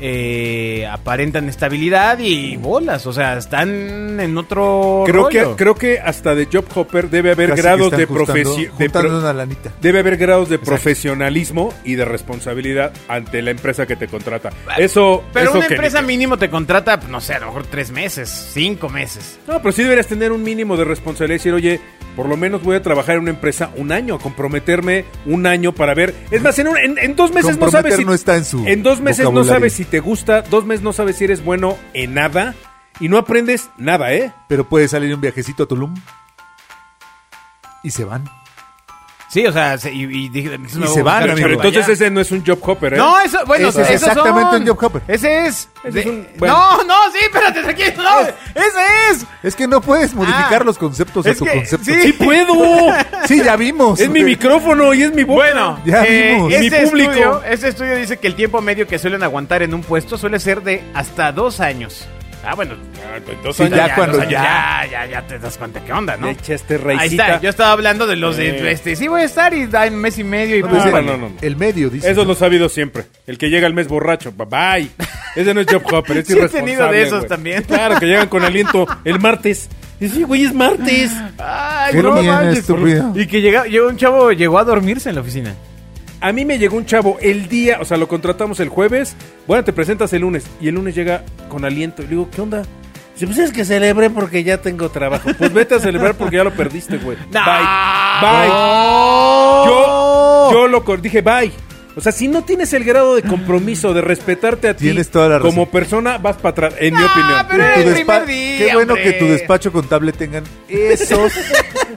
[SPEAKER 2] eh, aparentan estabilidad y bolas. O sea, están en otro.
[SPEAKER 3] Creo que,
[SPEAKER 2] rollo.
[SPEAKER 3] creo que hasta de Job Hopper debe haber
[SPEAKER 4] Casi que
[SPEAKER 3] grados
[SPEAKER 4] están
[SPEAKER 3] de
[SPEAKER 4] juntando-
[SPEAKER 3] profesión.
[SPEAKER 4] juntando una lanita.
[SPEAKER 3] Debe haber grados de profesionalismo y de responsabilidad ante la empresa que te contrata. Eso.
[SPEAKER 2] Pero
[SPEAKER 3] eso
[SPEAKER 2] una
[SPEAKER 3] que ni-
[SPEAKER 2] empresa mínimo te contrata, no sé, a lo mejor tres meses, cinco meses.
[SPEAKER 3] No, pero sí deberías tener un mínimo de responsabilidad y decir, oye, por lo menos voy a trabajar en una empresa un año, a comprometerme un año para ver. Es más, en, un- en- en dos meses no sabes si.
[SPEAKER 4] Comprometer no está en su
[SPEAKER 3] en dos meses no
[SPEAKER 4] vocabulario.
[SPEAKER 3] sabes si te gusta, dos meses no sabes si eres bueno en nada y no aprendes nada, ¿eh?
[SPEAKER 4] Pero puede salir un viajecito a Tulum. Y se van.
[SPEAKER 2] Sí, o sea, se- y, y dije, entonces me voy
[SPEAKER 4] se
[SPEAKER 2] a buscar
[SPEAKER 4] van,
[SPEAKER 2] un
[SPEAKER 4] Ah, amigo.
[SPEAKER 2] chavo
[SPEAKER 3] Pero entonces
[SPEAKER 2] allá.
[SPEAKER 3] ese no es un job hopper, ¿eh?
[SPEAKER 2] No, eso, bueno,
[SPEAKER 4] Ese es
[SPEAKER 2] esos
[SPEAKER 4] exactamente
[SPEAKER 2] son-
[SPEAKER 4] un job hopper.
[SPEAKER 2] Ese es.
[SPEAKER 3] Ese
[SPEAKER 2] de-
[SPEAKER 3] es un- bueno.
[SPEAKER 2] No, no, sí, espérate, tranquilo. No, ese es.
[SPEAKER 4] Es que no puedes modificar los conceptos
[SPEAKER 2] es
[SPEAKER 4] a tu
[SPEAKER 2] que-
[SPEAKER 4] concepto.
[SPEAKER 2] sí.
[SPEAKER 3] ¡Sí puedo!
[SPEAKER 4] [LAUGHS] Sí, ya vimos.
[SPEAKER 3] es mi micrófono y es mi voz.
[SPEAKER 2] Bueno,
[SPEAKER 4] Ya vimos.
[SPEAKER 2] este
[SPEAKER 4] Mi
[SPEAKER 3] público.
[SPEAKER 2] Estudio, este estudio dice que el tiempo medio que suelen aguantar en un puesto suele ser de hasta dos años. Ah, bueno.
[SPEAKER 3] Entonces,
[SPEAKER 4] Sí, ya cuando-
[SPEAKER 2] dos años,
[SPEAKER 4] ya.
[SPEAKER 2] ya, ya, ya te das cuenta qué onda, ¿no?
[SPEAKER 3] Le echaste
[SPEAKER 2] Ahí
[SPEAKER 3] raicita.
[SPEAKER 2] está, yo estaba hablando de los de
[SPEAKER 3] Eh.
[SPEAKER 2] este, sí voy a estar y da un mes y medio y pues,
[SPEAKER 4] No,
[SPEAKER 2] pum,
[SPEAKER 4] dice-
[SPEAKER 3] no,
[SPEAKER 2] vale.
[SPEAKER 3] Ah, no, no.
[SPEAKER 4] Pues El medio, dice.
[SPEAKER 3] Eso lo he sabido siempre. El que llega al mes borracho, bye bye. Ese no es job hopper,
[SPEAKER 2] [LAUGHS]
[SPEAKER 3] es
[SPEAKER 2] Sí he
[SPEAKER 3] irresponsable.
[SPEAKER 2] tenido de esos
[SPEAKER 3] güey.
[SPEAKER 2] también.
[SPEAKER 3] Claro, que llegan con aliento el martes. Y sí, güey, es martes.
[SPEAKER 2] Ay,
[SPEAKER 4] Qué
[SPEAKER 2] no
[SPEAKER 4] bien,
[SPEAKER 2] manches,
[SPEAKER 4] estúpido.
[SPEAKER 2] Y que llega, llegó un chavo llegó a dormirse en la oficina.
[SPEAKER 3] A mí me llegó un chavo el día, o sea, lo contratamos el jueves. Bueno, te presentas el lunes. Y el lunes llega con aliento. Y le digo, ¿qué onda? Dice, pues es que celebré porque ya tengo trabajo. Pues vete a celebrar porque ya lo
[SPEAKER 2] [LAUGHS]
[SPEAKER 3] perdiste, güey.
[SPEAKER 2] No.
[SPEAKER 3] Bye. Bye. Yo, yo lo cor- dije, bye. O sea, si no tienes el grado de compromiso, de respetarte a ti
[SPEAKER 4] Tienes toda la razón.
[SPEAKER 3] como persona, vas para atrás, en mi
[SPEAKER 2] No,
[SPEAKER 3] opinión.
[SPEAKER 2] Ah, pero
[SPEAKER 4] Tu
[SPEAKER 2] el
[SPEAKER 4] despa-
[SPEAKER 2] primer día,
[SPEAKER 4] Qué bueno
[SPEAKER 2] hombre.
[SPEAKER 4] que tu despacho contable tengan
[SPEAKER 3] [LAUGHS]
[SPEAKER 4] esos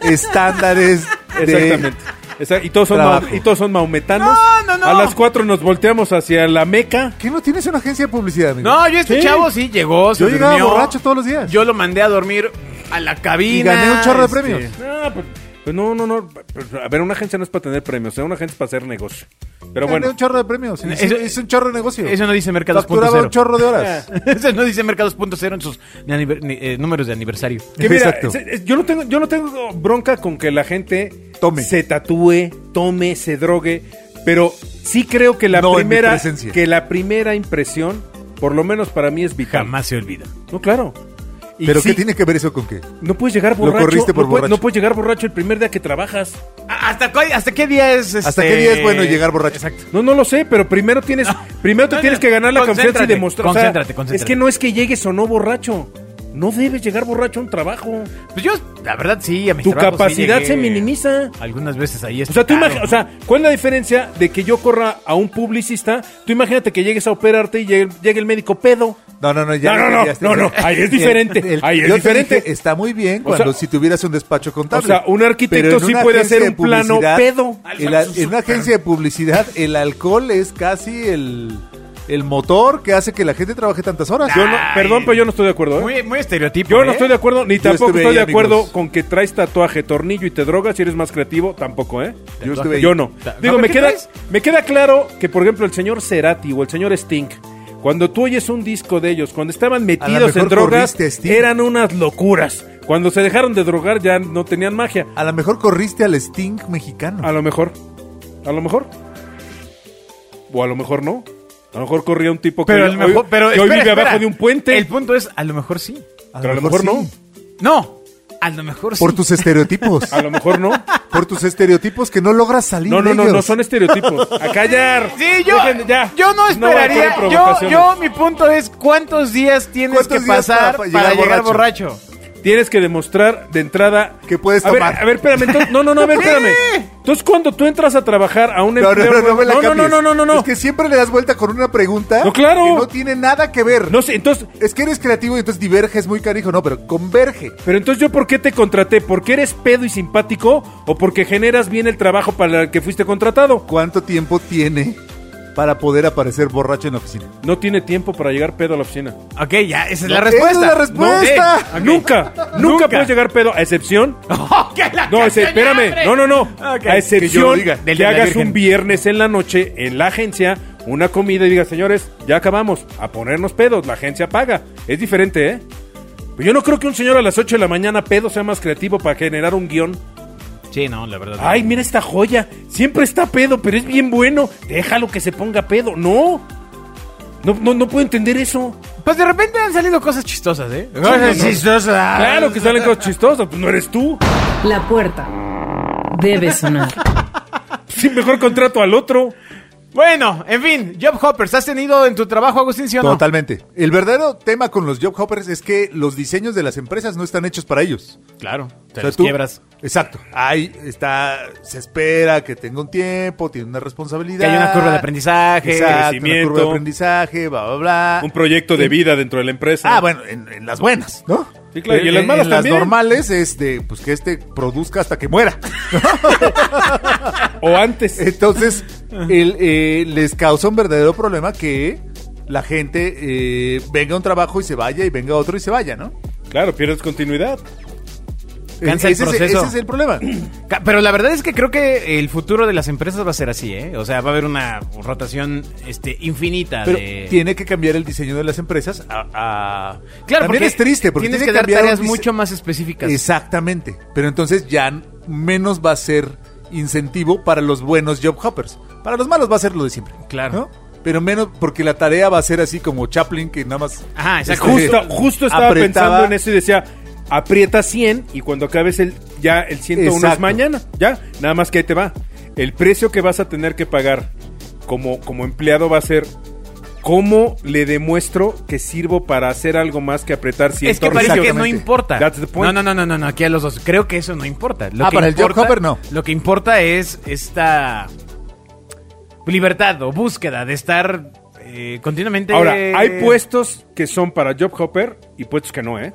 [SPEAKER 4] estándares de-
[SPEAKER 3] Exactamente. Esa- y, todos son
[SPEAKER 4] Trabajo.
[SPEAKER 3] ma- y todos son maometanos.
[SPEAKER 2] No, no, no.
[SPEAKER 3] A las cuatro nos volteamos hacia la Meca.
[SPEAKER 4] ¿Qué no tienes una agencia de publicidad, amigo?
[SPEAKER 2] No, yo este
[SPEAKER 3] Sí.
[SPEAKER 2] chavo sí llegó, se
[SPEAKER 4] Yo llegaba
[SPEAKER 2] durmió.
[SPEAKER 4] borracho todos los días.
[SPEAKER 2] Yo lo mandé a dormir a la cabina.
[SPEAKER 4] y gané un chorro de
[SPEAKER 2] este,
[SPEAKER 4] premios.
[SPEAKER 3] No, pues, pues no, no, no. Pues, A ver, una agencia no es para tener premios, o sea, una agencia es para hacer negocio. Pero
[SPEAKER 4] Gané
[SPEAKER 3] bueno,
[SPEAKER 4] un chorro de premios.
[SPEAKER 2] Eso-
[SPEAKER 4] Hice, hice un chorro de negocio.
[SPEAKER 2] Eso no dice Merca
[SPEAKER 4] Facturaba un
[SPEAKER 2] 2.0.
[SPEAKER 4] chorro de
[SPEAKER 3] Ah,
[SPEAKER 4] horas.
[SPEAKER 2] [LAUGHS] Eso no dice Merca 2.0 en sus ni aniver- ni, eh, números de aniversario.
[SPEAKER 3] que mira,
[SPEAKER 4] Exacto.
[SPEAKER 3] se- es- yo no tengo, yo no tengo bronca con que la gente
[SPEAKER 4] Tome.
[SPEAKER 3] se tatúe, tome, se drogue, pero sí creo que la
[SPEAKER 4] No, en mi
[SPEAKER 3] primera,
[SPEAKER 4] presencia.
[SPEAKER 3] que la primera impresión, por lo menos para mí es vital.
[SPEAKER 2] Jamás se olvida.
[SPEAKER 3] No, claro. Y
[SPEAKER 4] ¿Pero
[SPEAKER 3] sí,
[SPEAKER 4] qué tiene que ver eso con qué?
[SPEAKER 3] No puedes llegar
[SPEAKER 4] Lo
[SPEAKER 3] borracho.
[SPEAKER 4] corriste por
[SPEAKER 3] no, puedes,
[SPEAKER 4] borracho.
[SPEAKER 3] no puedes llegar borracho el primer día que trabajas.
[SPEAKER 2] ¿A- ¿Hasta, cu- ¿Hasta qué día es este...
[SPEAKER 4] ¿Hasta qué día es bueno llegar borracho? Exacto.
[SPEAKER 3] No, no lo sé, pero primero tienes, primero te
[SPEAKER 2] No, no,
[SPEAKER 3] tienes que ganar la confianza y
[SPEAKER 2] concéntrate,
[SPEAKER 3] demostrar. o sea,
[SPEAKER 2] concéntrate, concéntrate.
[SPEAKER 3] Es que no es que llegues o no borracho. No debes llegar borracho a un trabajo.
[SPEAKER 2] Pues yo, la verdad, sí, a mis
[SPEAKER 3] Tu
[SPEAKER 2] trabajos sí
[SPEAKER 3] capacidad
[SPEAKER 2] llegué
[SPEAKER 3] se minimiza.
[SPEAKER 2] Algunas veces ahí
[SPEAKER 3] O sea, tú
[SPEAKER 2] estado.
[SPEAKER 3] imagi- o sea, ¿cuál es la diferencia de que yo corra a un publicista? Tú imagínate que llegues a operarte y llegue, llegue el médico pedo.
[SPEAKER 4] No, no, no. Ya
[SPEAKER 3] No, no, no,
[SPEAKER 4] ya-
[SPEAKER 3] no, no,
[SPEAKER 4] [LAUGHS]
[SPEAKER 3] ahí es diferente, ahí es
[SPEAKER 4] yo te
[SPEAKER 3] diferente.
[SPEAKER 4] dije, está muy bien cuando
[SPEAKER 3] sea,
[SPEAKER 4] si tuvieras un despacho
[SPEAKER 3] O
[SPEAKER 4] contable.
[SPEAKER 3] sea, un
[SPEAKER 4] Pero
[SPEAKER 3] arquitecto
[SPEAKER 4] en
[SPEAKER 3] sí
[SPEAKER 4] una
[SPEAKER 3] puede
[SPEAKER 4] agencia
[SPEAKER 3] hacer
[SPEAKER 4] de
[SPEAKER 3] un plano
[SPEAKER 4] publicidad,
[SPEAKER 3] pedo.
[SPEAKER 4] el a- en una agencia de publicidad, el alcohol es casi el. el motor que hace que la gente trabaje tantas horas.
[SPEAKER 3] Yo no-
[SPEAKER 2] Ay.
[SPEAKER 3] perdón, pero yo no estoy de acuerdo, ¿eh?
[SPEAKER 2] Muy, muy estereotipo.
[SPEAKER 3] Yo
[SPEAKER 2] ¿eh?
[SPEAKER 3] no estoy de acuerdo, ni
[SPEAKER 4] Yo
[SPEAKER 3] tampoco
[SPEAKER 4] estuve
[SPEAKER 3] estoy de
[SPEAKER 4] ahí,
[SPEAKER 3] acuerdo
[SPEAKER 4] amigos.
[SPEAKER 3] con que traes tatuaje, tornillo y te drogas si eres más creativo, tampoco, ¿eh?
[SPEAKER 4] Yo estuve ahí.
[SPEAKER 3] Yo no.
[SPEAKER 2] Ta-
[SPEAKER 3] Digo,
[SPEAKER 2] ¿no?
[SPEAKER 3] me
[SPEAKER 2] ¿Qué
[SPEAKER 3] queda,
[SPEAKER 2] traes?
[SPEAKER 3] me queda claro que, por ejemplo, el señor Cerati o el señor Stink, cuando tú oyes un disco de ellos, cuando estaban metidos en
[SPEAKER 4] mejor
[SPEAKER 3] drogas,
[SPEAKER 4] corriste, Sting.
[SPEAKER 3] eran unas locuras. Cuando se dejaron de drogar ya no tenían magia.
[SPEAKER 4] A lo mejor corriste al Sting mexicano.
[SPEAKER 3] A lo mejor. A lo mejor. O a lo mejor no. A lo mejor corría un tipo que,
[SPEAKER 2] Pero, a
[SPEAKER 3] hoy,
[SPEAKER 2] lo mejor, pero
[SPEAKER 3] que hoy
[SPEAKER 2] espera,
[SPEAKER 3] vive
[SPEAKER 2] espera.
[SPEAKER 3] abajo de un puente.
[SPEAKER 2] El punto es, a lo mejor sí.
[SPEAKER 3] pero a lo mejor no.
[SPEAKER 4] sí.
[SPEAKER 2] No, a lo mejor
[SPEAKER 4] Por
[SPEAKER 2] sí.
[SPEAKER 4] tus estereotipos.
[SPEAKER 3] [LAUGHS] A lo
[SPEAKER 4] [LAUGHS]
[SPEAKER 3] mejor no.
[SPEAKER 4] por tus estereotipos que no logras salir
[SPEAKER 3] No, no,
[SPEAKER 4] de
[SPEAKER 3] no,
[SPEAKER 4] ellos.
[SPEAKER 3] no son estereotipos. A callar.
[SPEAKER 2] Sí, yo,
[SPEAKER 3] Dejen- ya.
[SPEAKER 2] yo no
[SPEAKER 3] van a querer
[SPEAKER 2] esperaría. yo,
[SPEAKER 3] provocaciones.
[SPEAKER 2] yo, mi punto es: ¿cuántos días tienes
[SPEAKER 4] ¿Cuántos
[SPEAKER 2] que
[SPEAKER 4] días
[SPEAKER 2] pasar para,
[SPEAKER 4] para- para llegar
[SPEAKER 2] llegar borracho?
[SPEAKER 3] Tienes que demostrar de entrada
[SPEAKER 4] Que puedes
[SPEAKER 3] A ver,
[SPEAKER 4] tomar.
[SPEAKER 3] a ver, espérame. entonces- no, no, no,
[SPEAKER 2] [LAUGHS]
[SPEAKER 3] a ver, espérame. Entonces, cuando tú entras a trabajar a un
[SPEAKER 4] No, no,
[SPEAKER 3] empleo
[SPEAKER 4] no, no,
[SPEAKER 3] nuevo-
[SPEAKER 4] me la
[SPEAKER 3] no, no,
[SPEAKER 4] cambies.
[SPEAKER 3] no, no, no, no.
[SPEAKER 4] Es que siempre le das vuelta con una pregunta
[SPEAKER 3] No, claro.
[SPEAKER 4] que no tiene nada que ver.
[SPEAKER 3] No sé, entonces,
[SPEAKER 4] Es que eres creativo y entonces diverges muy canijo. No, pero converge.
[SPEAKER 3] pero entonces yo por qué te contraté? ¿Porque eres pedo y simpático o porque generas bien el trabajo para el que fuiste contratado?
[SPEAKER 4] ¿Cuánto tiempo tiene para poder aparecer borracho en la oficina?
[SPEAKER 3] No tiene tiempo para llegar pedo a la oficina. Ah,
[SPEAKER 2] Ok, ya, esa es la
[SPEAKER 4] No,
[SPEAKER 2] respuesta.
[SPEAKER 4] esa es la
[SPEAKER 2] [LAUGHS]
[SPEAKER 4] respuesta.
[SPEAKER 2] ok.
[SPEAKER 3] Nunca, nunca
[SPEAKER 2] Ah, Nunca.
[SPEAKER 3] puedes llegar pedo a excepción
[SPEAKER 2] ¡Que la
[SPEAKER 3] No, ese-
[SPEAKER 2] canción
[SPEAKER 3] espérame.
[SPEAKER 2] abre!
[SPEAKER 3] No, no, no.
[SPEAKER 2] Ok.
[SPEAKER 3] A excepción
[SPEAKER 2] diga,
[SPEAKER 3] que,
[SPEAKER 2] del Día de la
[SPEAKER 3] hagas
[SPEAKER 2] Virgen.
[SPEAKER 3] un viernes en la noche en la agencia una comida y digas, señores, ya acabamos. A ponernos pedos. La agencia paga. Es diferente, ¿eh? Pero yo no creo que un señor a las 8 de la mañana pedo sea más creativo para generar un guión.
[SPEAKER 2] Sí, no, la verdad.
[SPEAKER 3] Ay, mira esta joya. Siempre está pedo, pero es bien bueno. Déjalo que se ponga pedo. No. No, no, no puedo entender eso.
[SPEAKER 2] Pues de repente han salido cosas chistosas, ¿eh? Cosas
[SPEAKER 3] no, no.
[SPEAKER 2] chistosas.
[SPEAKER 3] Claro que salen cosas chistosas. Pues no eres tú.
[SPEAKER 1] La puerta debe sonar.
[SPEAKER 3] Sí, mejor contrato al otro.
[SPEAKER 2] Bueno, en fin, Job Hoppers, ¿has tenido en tu trabajo, Agustín, sí o no?
[SPEAKER 4] Totalmente. El verdadero tema con los job hoppers es que los diseños de las empresas no están hechos para ellos.
[SPEAKER 2] Claro, te
[SPEAKER 4] O sea,
[SPEAKER 2] los
[SPEAKER 4] tú-
[SPEAKER 2] quiebras.
[SPEAKER 4] Exacto. Ahí está, se espera que tenga un tiempo, tiene una responsabilidad.
[SPEAKER 2] Que hay una curva de aprendizaje.
[SPEAKER 4] Exacto, una
[SPEAKER 3] crecimiento.
[SPEAKER 4] curva de aprendizaje, bla, bla, bla.
[SPEAKER 3] Un proyecto de vida dentro de la empresa.
[SPEAKER 4] Ah, bueno, en, en las buenas, ¿no?
[SPEAKER 3] Sí, claro, y en las malas también.
[SPEAKER 4] normales es de, pues que este produzca hasta que muera.
[SPEAKER 3] O antes.
[SPEAKER 4] Entonces, el, eh, les causa un verdadero problema que la gente eh, venga a un trabajo y se vaya, y venga a otro y se vaya, ¿no?
[SPEAKER 3] Claro, pierdes continuidad.
[SPEAKER 2] Cansa el
[SPEAKER 4] ese, es-
[SPEAKER 2] proceso.
[SPEAKER 4] ese es el problema.
[SPEAKER 2] Ca- Pero la verdad es que creo que el futuro de las empresas va a ser así, ¿eh? O sea, va a haber una rotación este, infinita
[SPEAKER 4] Pero
[SPEAKER 2] de...
[SPEAKER 4] tiene que cambiar el diseño de las empresas a... a-
[SPEAKER 2] Claro,
[SPEAKER 4] También
[SPEAKER 2] porque
[SPEAKER 4] es triste porque
[SPEAKER 2] tienes
[SPEAKER 4] tiene
[SPEAKER 2] que dar
[SPEAKER 4] cambiar un
[SPEAKER 2] tareas
[SPEAKER 4] dise-
[SPEAKER 2] mucho más específicas.
[SPEAKER 4] Exactamente. Pero entonces ya n- menos va a ser incentivo para los buenos job hoppers. Para los malos va a ser lo de siempre.
[SPEAKER 2] Claro.
[SPEAKER 4] ¿no? Pero menos porque la tarea va a ser así como Chaplin que nada más...
[SPEAKER 2] Ajá, exacto.
[SPEAKER 3] Justo, justo estaba
[SPEAKER 4] apretaba-
[SPEAKER 3] pensando en eso y decía, aprieta 100 y cuando acabes el ya el 101 es
[SPEAKER 4] Exacto.
[SPEAKER 3] mañana. Ya, nada más que ahí te va. El precio que vas a tener que pagar como, como empleado va a ser cómo le demuestro que sirvo para hacer algo más que apretar 100
[SPEAKER 2] Es que parece que
[SPEAKER 3] tornillos.
[SPEAKER 2] no importa.
[SPEAKER 3] That's the
[SPEAKER 2] No,
[SPEAKER 3] point.
[SPEAKER 2] no, no, no, no, no, aquí a los dos. Creo que eso no importa. Lo
[SPEAKER 4] Ah,
[SPEAKER 2] que
[SPEAKER 4] para el job
[SPEAKER 2] importa-
[SPEAKER 4] hopper no.
[SPEAKER 2] Lo que importa es esta libertad o búsqueda de estar eh, continuamente.
[SPEAKER 3] Ahora, hay puestos que son para Job Hopper y puestos que no, ¿eh?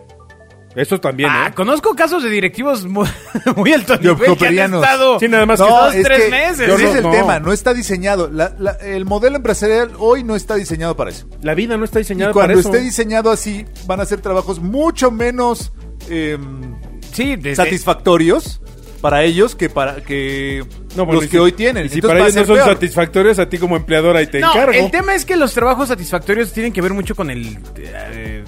[SPEAKER 3] Estos también,
[SPEAKER 2] Ah,
[SPEAKER 3] ¿eh?
[SPEAKER 2] conozco casos de directivos muy, [LAUGHS] muy alto
[SPEAKER 4] Job
[SPEAKER 2] nivel que han
[SPEAKER 4] hopperianos.
[SPEAKER 2] estado
[SPEAKER 3] Sí, nada más que-
[SPEAKER 2] dos,
[SPEAKER 4] es
[SPEAKER 2] tres
[SPEAKER 4] que
[SPEAKER 2] meses. ¿eh?
[SPEAKER 4] Ese
[SPEAKER 3] Yo
[SPEAKER 4] es
[SPEAKER 3] no-
[SPEAKER 4] el
[SPEAKER 3] no.
[SPEAKER 4] tema, no está diseñado. La- la- el modelo empresarial hoy no está diseñado para eso.
[SPEAKER 3] La vida no está
[SPEAKER 4] Y
[SPEAKER 3] diseñada para
[SPEAKER 4] cuando
[SPEAKER 3] eso.
[SPEAKER 4] esté diseñado así, van a ser trabajos mucho menos em,
[SPEAKER 2] Sí, desde-
[SPEAKER 4] satisfactorios para ellos que para que
[SPEAKER 3] No, bueno, y
[SPEAKER 4] los que
[SPEAKER 3] si-
[SPEAKER 4] hoy tienen.
[SPEAKER 3] Y si
[SPEAKER 4] Entonces
[SPEAKER 3] para
[SPEAKER 4] va a
[SPEAKER 3] ellos no
[SPEAKER 4] ser
[SPEAKER 3] son
[SPEAKER 4] peor.
[SPEAKER 3] satisfactorios, a ti como empleadora y te
[SPEAKER 2] No,
[SPEAKER 3] encargo.
[SPEAKER 2] el tema es que los trabajos satisfactorios tienen que ver mucho con el eh,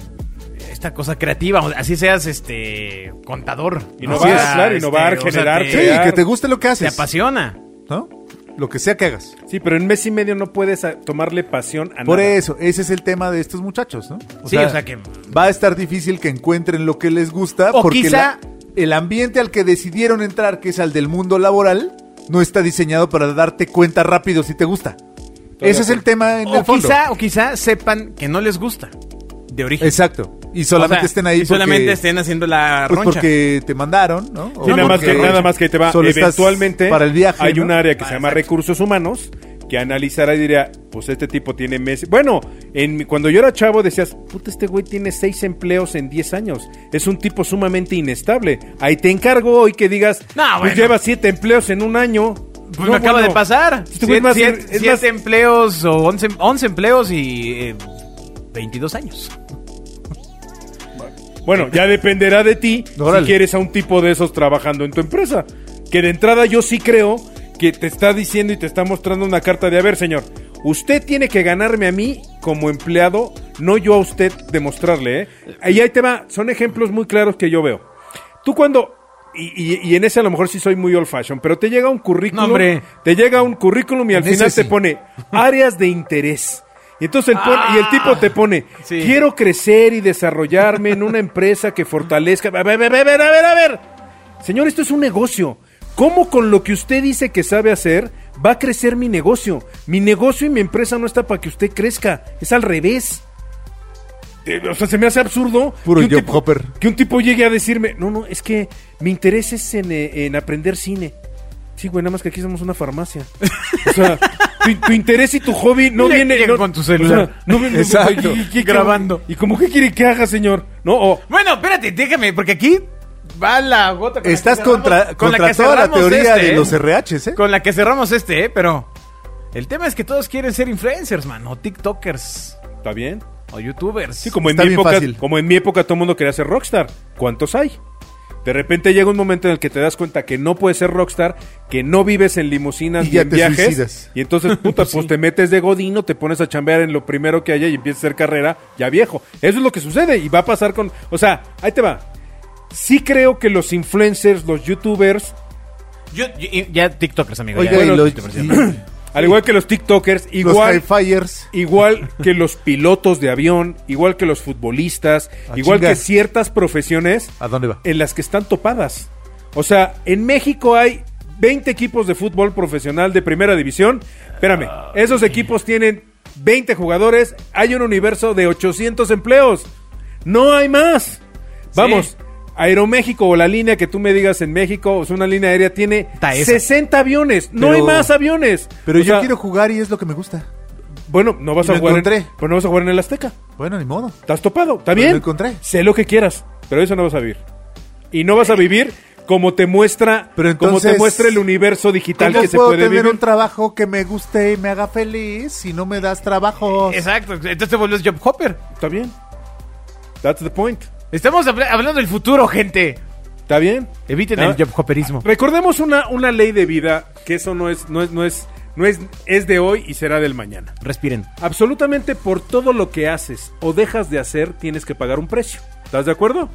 [SPEAKER 2] esta cosa creativa, o- así seas este contador,
[SPEAKER 3] Innovar,
[SPEAKER 2] O sea, este,
[SPEAKER 3] claro, innovar,
[SPEAKER 2] o sea,
[SPEAKER 3] generar,
[SPEAKER 2] te-
[SPEAKER 4] Sí,
[SPEAKER 3] crear.
[SPEAKER 4] que te guste lo que
[SPEAKER 2] te
[SPEAKER 4] haces.
[SPEAKER 2] apasiona.
[SPEAKER 4] ¿no? Lo que sea que hagas.
[SPEAKER 3] Sí, pero en mes y medio no puedes a- tomarle pasión a
[SPEAKER 4] Por
[SPEAKER 3] nada.
[SPEAKER 4] eso, ese es el tema de estos muchachos, ¿no?
[SPEAKER 2] Sí, o sea que-
[SPEAKER 4] Va a estar difícil que encuentren lo que les gusta
[SPEAKER 2] O
[SPEAKER 4] porque
[SPEAKER 2] quizá-
[SPEAKER 4] la- el ambiente al que decidieron entrar, que es al del mundo laboral, no está diseñado para darte cuenta rápido si te gusta.
[SPEAKER 3] de
[SPEAKER 4] ese es el
[SPEAKER 3] acuerdo.
[SPEAKER 4] tema en
[SPEAKER 2] O
[SPEAKER 4] el fondo.
[SPEAKER 2] quizá, o quizá sepan que no les gusta de origen.
[SPEAKER 4] Exacto. Y
[SPEAKER 2] O
[SPEAKER 4] solamente
[SPEAKER 2] sea,
[SPEAKER 4] estén ahí
[SPEAKER 2] y
[SPEAKER 4] porque,
[SPEAKER 2] solamente estén haciendo la
[SPEAKER 4] pues
[SPEAKER 2] roncha.
[SPEAKER 4] porque te mandaron, ¿no? O
[SPEAKER 3] Sí, nada, más
[SPEAKER 4] porque
[SPEAKER 3] que, nada más que te va.
[SPEAKER 4] solo estás
[SPEAKER 3] Eventualmente
[SPEAKER 4] para el viaje,
[SPEAKER 3] hay
[SPEAKER 4] ¿no?
[SPEAKER 3] un área que
[SPEAKER 2] Ah,
[SPEAKER 3] se llama
[SPEAKER 2] exacto.
[SPEAKER 3] recursos humanos que analizará y diría, pues este tipo tiene meses. Bueno, en, mi- cuando yo era chavo decías, puta, este güey tiene seis empleos en 10 años. Es un tipo sumamente inestable. Ahí te encargo hoy que digas,
[SPEAKER 2] No,
[SPEAKER 3] pues
[SPEAKER 2] bueno.
[SPEAKER 3] lleva siete empleos en un año.
[SPEAKER 2] Pues
[SPEAKER 3] No,
[SPEAKER 2] me acaba
[SPEAKER 3] bueno.
[SPEAKER 2] de pasar.
[SPEAKER 3] Este güey es
[SPEAKER 2] Siete,
[SPEAKER 3] más-
[SPEAKER 2] siete-
[SPEAKER 3] es
[SPEAKER 2] siete
[SPEAKER 3] más-
[SPEAKER 2] empleos o 11, empleos y eh, 22 años.
[SPEAKER 3] Bueno, ya dependerá de ti
[SPEAKER 4] Órale.
[SPEAKER 3] si quieres a un tipo de esos trabajando en tu empresa. Que de entrada yo sí creo que te está diciendo y te está mostrando una carta de, a ver, señor, usted tiene que ganarme a mí como empleado, no yo a usted demostrarle, ¿eh? Y ahí te va, son ejemplos muy claros que yo veo. Tú cuando... Y, y- y en ese a lo mejor sí soy muy old fashion, pero te llega un currículum,
[SPEAKER 2] No, hombre.
[SPEAKER 3] te llega un currículum y al
[SPEAKER 4] En ese
[SPEAKER 3] final te
[SPEAKER 4] sí.
[SPEAKER 3] pone áreas de interés. Y entonces el, pon- y el tipo te pone,
[SPEAKER 2] Sí.
[SPEAKER 3] quiero crecer y desarrollarme en una empresa que fortalezca. A ver, a ver, a ver, a ver, a ver. Señor, esto es un negocio. ¿Cómo con lo que usted dice que sabe hacer va a crecer mi negocio? Mi negocio y mi empresa no está para que usted crezca, es al revés. Eh, O sea, se me hace absurdo
[SPEAKER 4] Puro
[SPEAKER 3] que, un
[SPEAKER 4] job
[SPEAKER 3] tipo,
[SPEAKER 4] hopper.
[SPEAKER 3] que un tipo llegue a decirme, no, no, es que mi interés es en, eh, en aprender cine. Sí, güey, nada más que aquí somos una farmacia. O sea, tu, tu interés y tu hobby no
[SPEAKER 2] Llega-
[SPEAKER 3] viene...
[SPEAKER 2] llega
[SPEAKER 3] no-
[SPEAKER 2] con tu celular.
[SPEAKER 3] no viene-
[SPEAKER 4] Exacto,
[SPEAKER 3] ¿y- y- y-
[SPEAKER 2] grabando.
[SPEAKER 3] ¿Y cómo qué quiere que haga, señor? No, o-
[SPEAKER 2] Bueno, espérate, déjame, porque aquí va la gota. con la
[SPEAKER 4] Estás
[SPEAKER 2] que cerramos-
[SPEAKER 4] contra,
[SPEAKER 2] con la
[SPEAKER 4] contra
[SPEAKER 2] que
[SPEAKER 4] toda la
[SPEAKER 2] cerramos
[SPEAKER 4] teoría
[SPEAKER 2] este,
[SPEAKER 4] de
[SPEAKER 2] ¿eh?
[SPEAKER 4] los RHs, ¿eh?
[SPEAKER 2] Con la que cerramos este, ¿eh? Pero el tema es que todos quieren ser influencers, man, o TikTokers,
[SPEAKER 3] está bien.
[SPEAKER 2] o YouTubers.
[SPEAKER 3] Sí, como en,
[SPEAKER 4] Está
[SPEAKER 3] mi
[SPEAKER 4] bien
[SPEAKER 3] época,
[SPEAKER 4] fácil.
[SPEAKER 3] como en mi época todo el mundo quería ser rockstar. ¿Cuántos hay? De repente llega un momento en el que te das cuenta que no puedes ser rockstar, que no vives en limusinas
[SPEAKER 4] Y
[SPEAKER 3] y,
[SPEAKER 4] ya
[SPEAKER 3] en
[SPEAKER 4] te
[SPEAKER 3] viajes.
[SPEAKER 4] suicidas. [LAUGHS]
[SPEAKER 3] Y entonces, puta, pues te metes de godino, te pones a chambear en lo primero que haya y empiezas a hacer carrera ya viejo. Eso es lo que sucede y va a pasar con... O sea, ahí te va. Sí creo que los influencers, los youtubers,
[SPEAKER 2] Yo- yo- y- ya TikTokers, amigo.
[SPEAKER 4] Oiga,
[SPEAKER 2] ya.
[SPEAKER 4] y los,
[SPEAKER 2] TikTokers,
[SPEAKER 4] y-
[SPEAKER 2] ya.
[SPEAKER 3] al igual que los tiktokers,
[SPEAKER 4] los
[SPEAKER 3] igual...
[SPEAKER 4] Hi-Fires. [LAUGHS]
[SPEAKER 3] Igual que los pilotos de avión, igual que los futbolistas,
[SPEAKER 4] Ah,
[SPEAKER 3] igual
[SPEAKER 4] chinga.
[SPEAKER 3] que ciertas profesiones,
[SPEAKER 4] ¿A dónde va?
[SPEAKER 3] en las que están topadas. O sea, en México hay 20 equipos de fútbol profesional de primera división. Espérame,
[SPEAKER 4] Ah,
[SPEAKER 3] esos equipos tienen 20 jugadores, hay un universo de 800 empleos. No hay más. Vamos, Aeroméxico o la línea que tú me digas en México, es una línea aérea, tiene
[SPEAKER 2] Está esa.
[SPEAKER 3] 60 aviones. No
[SPEAKER 4] Pero-
[SPEAKER 3] hay más aviones.
[SPEAKER 4] Pero
[SPEAKER 3] O
[SPEAKER 4] yo
[SPEAKER 3] sea,
[SPEAKER 4] quiero jugar y es lo que me gusta.
[SPEAKER 3] Bueno, no vas
[SPEAKER 4] Y
[SPEAKER 3] a
[SPEAKER 4] lo
[SPEAKER 3] jugar. en-
[SPEAKER 4] encontré.
[SPEAKER 3] pues no vas a jugar en el Azteca.
[SPEAKER 4] Bueno, ni modo.
[SPEAKER 3] Estás topado, ¿está
[SPEAKER 4] Pero
[SPEAKER 3] bien?
[SPEAKER 4] lo encontré.
[SPEAKER 3] Sé lo que quieras, pero eso no vas a vivir. Y no vas a vivir como te muestra,
[SPEAKER 4] Pero
[SPEAKER 3] como te
[SPEAKER 4] entonces,
[SPEAKER 3] muestra el universo digital
[SPEAKER 4] ¿Cómo
[SPEAKER 3] que se
[SPEAKER 4] puedo
[SPEAKER 3] puede
[SPEAKER 4] tener
[SPEAKER 3] vivir.
[SPEAKER 4] un trabajo que me guste y me haga feliz si no me das trabajo?
[SPEAKER 2] Exacto, entonces te vuelves job hopper.
[SPEAKER 3] Está bien. That's the point.
[SPEAKER 2] Estamos habla- hablando del futuro, gente.
[SPEAKER 3] Está bien.
[SPEAKER 2] Eviten
[SPEAKER 3] Ah.
[SPEAKER 2] el job hopperismo.
[SPEAKER 3] Recordemos una, una ley de vida que eso no es no es no es no es es de hoy y será del mañana.
[SPEAKER 2] Respiren.
[SPEAKER 3] Absolutamente por todo lo que haces o dejas de hacer tienes que pagar un precio. ¿Estás de acuerdo?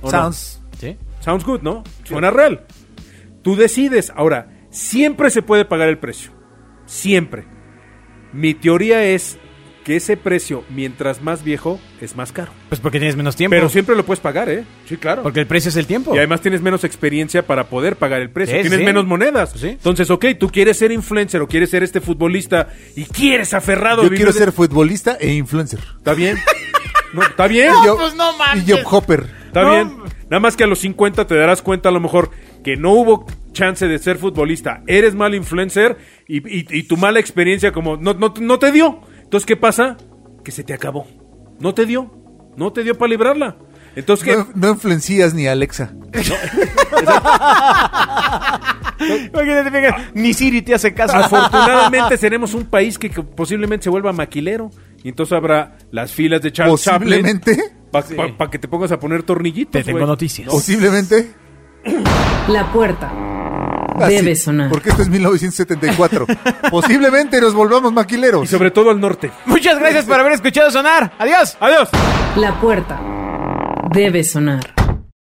[SPEAKER 3] ¿O no?
[SPEAKER 4] Sounds.
[SPEAKER 2] ¿Sí?
[SPEAKER 3] Sounds good, ¿no? Suena real. Tú decides. Ahora, siempre se puede pagar el precio. Siempre. Mi teoría es que ese precio, mientras más viejo, es más caro.
[SPEAKER 2] Pues porque tienes menos tiempo.
[SPEAKER 3] Pero siempre lo puedes pagar, ¿eh? Sí, claro.
[SPEAKER 2] Porque el precio es el tiempo.
[SPEAKER 3] Y además tienes menos experiencia para poder pagar el precio.
[SPEAKER 2] Sí,
[SPEAKER 3] tienes
[SPEAKER 2] sí.
[SPEAKER 3] menos monedas.
[SPEAKER 2] Sí.
[SPEAKER 3] Entonces, ok, tú quieres ser influencer o quieres ser este futbolista y quieres aferrado. a
[SPEAKER 4] Yo
[SPEAKER 3] vivir
[SPEAKER 4] quiero
[SPEAKER 3] de-
[SPEAKER 4] ser futbolista e influencer.
[SPEAKER 3] ¿Está bien? [LAUGHS]
[SPEAKER 4] [LAUGHS]
[SPEAKER 3] No, ¿Está bien?
[SPEAKER 4] Y yo-
[SPEAKER 2] pues no manches.
[SPEAKER 4] Y Job Hopper.
[SPEAKER 3] Está
[SPEAKER 2] No.
[SPEAKER 3] bien. Nada más que a los 50 te darás cuenta a lo mejor que no hubo chance de ser futbolista. Eres mal influencer y, y- y tu mala experiencia como no, no, no te dio. Entonces, ¿qué pasa? Que se te acabó. No te dio. No te dio para librarla. Entonces, ¿qué?
[SPEAKER 4] No, no influencias ni a Alexa.
[SPEAKER 2] Imagínate, venga, Ni Siri te hace caso.
[SPEAKER 4] Ah,
[SPEAKER 3] afortunadamente seremos un país que, que posiblemente se vuelva maquilero. Y entonces habrá las filas de Charles Chaplin.
[SPEAKER 4] Posiblemente.
[SPEAKER 3] Para que te pongas a poner tornillitos.
[SPEAKER 4] [LAUGHS]
[SPEAKER 2] Te tengo
[SPEAKER 3] güey.
[SPEAKER 2] noticias.
[SPEAKER 4] Posiblemente.
[SPEAKER 1] La puerta
[SPEAKER 5] Ah,
[SPEAKER 4] así,
[SPEAKER 1] debe sonar.
[SPEAKER 4] Porque esto es [LAUGHS] 1974. Posiblemente nos volvamos
[SPEAKER 3] Y
[SPEAKER 4] maquileros.
[SPEAKER 3] sobre todo al norte.
[SPEAKER 2] Muchas gracias por haber escuchado sonar. Adiós.
[SPEAKER 3] ¡Adiós!
[SPEAKER 1] La puerta debe sonar.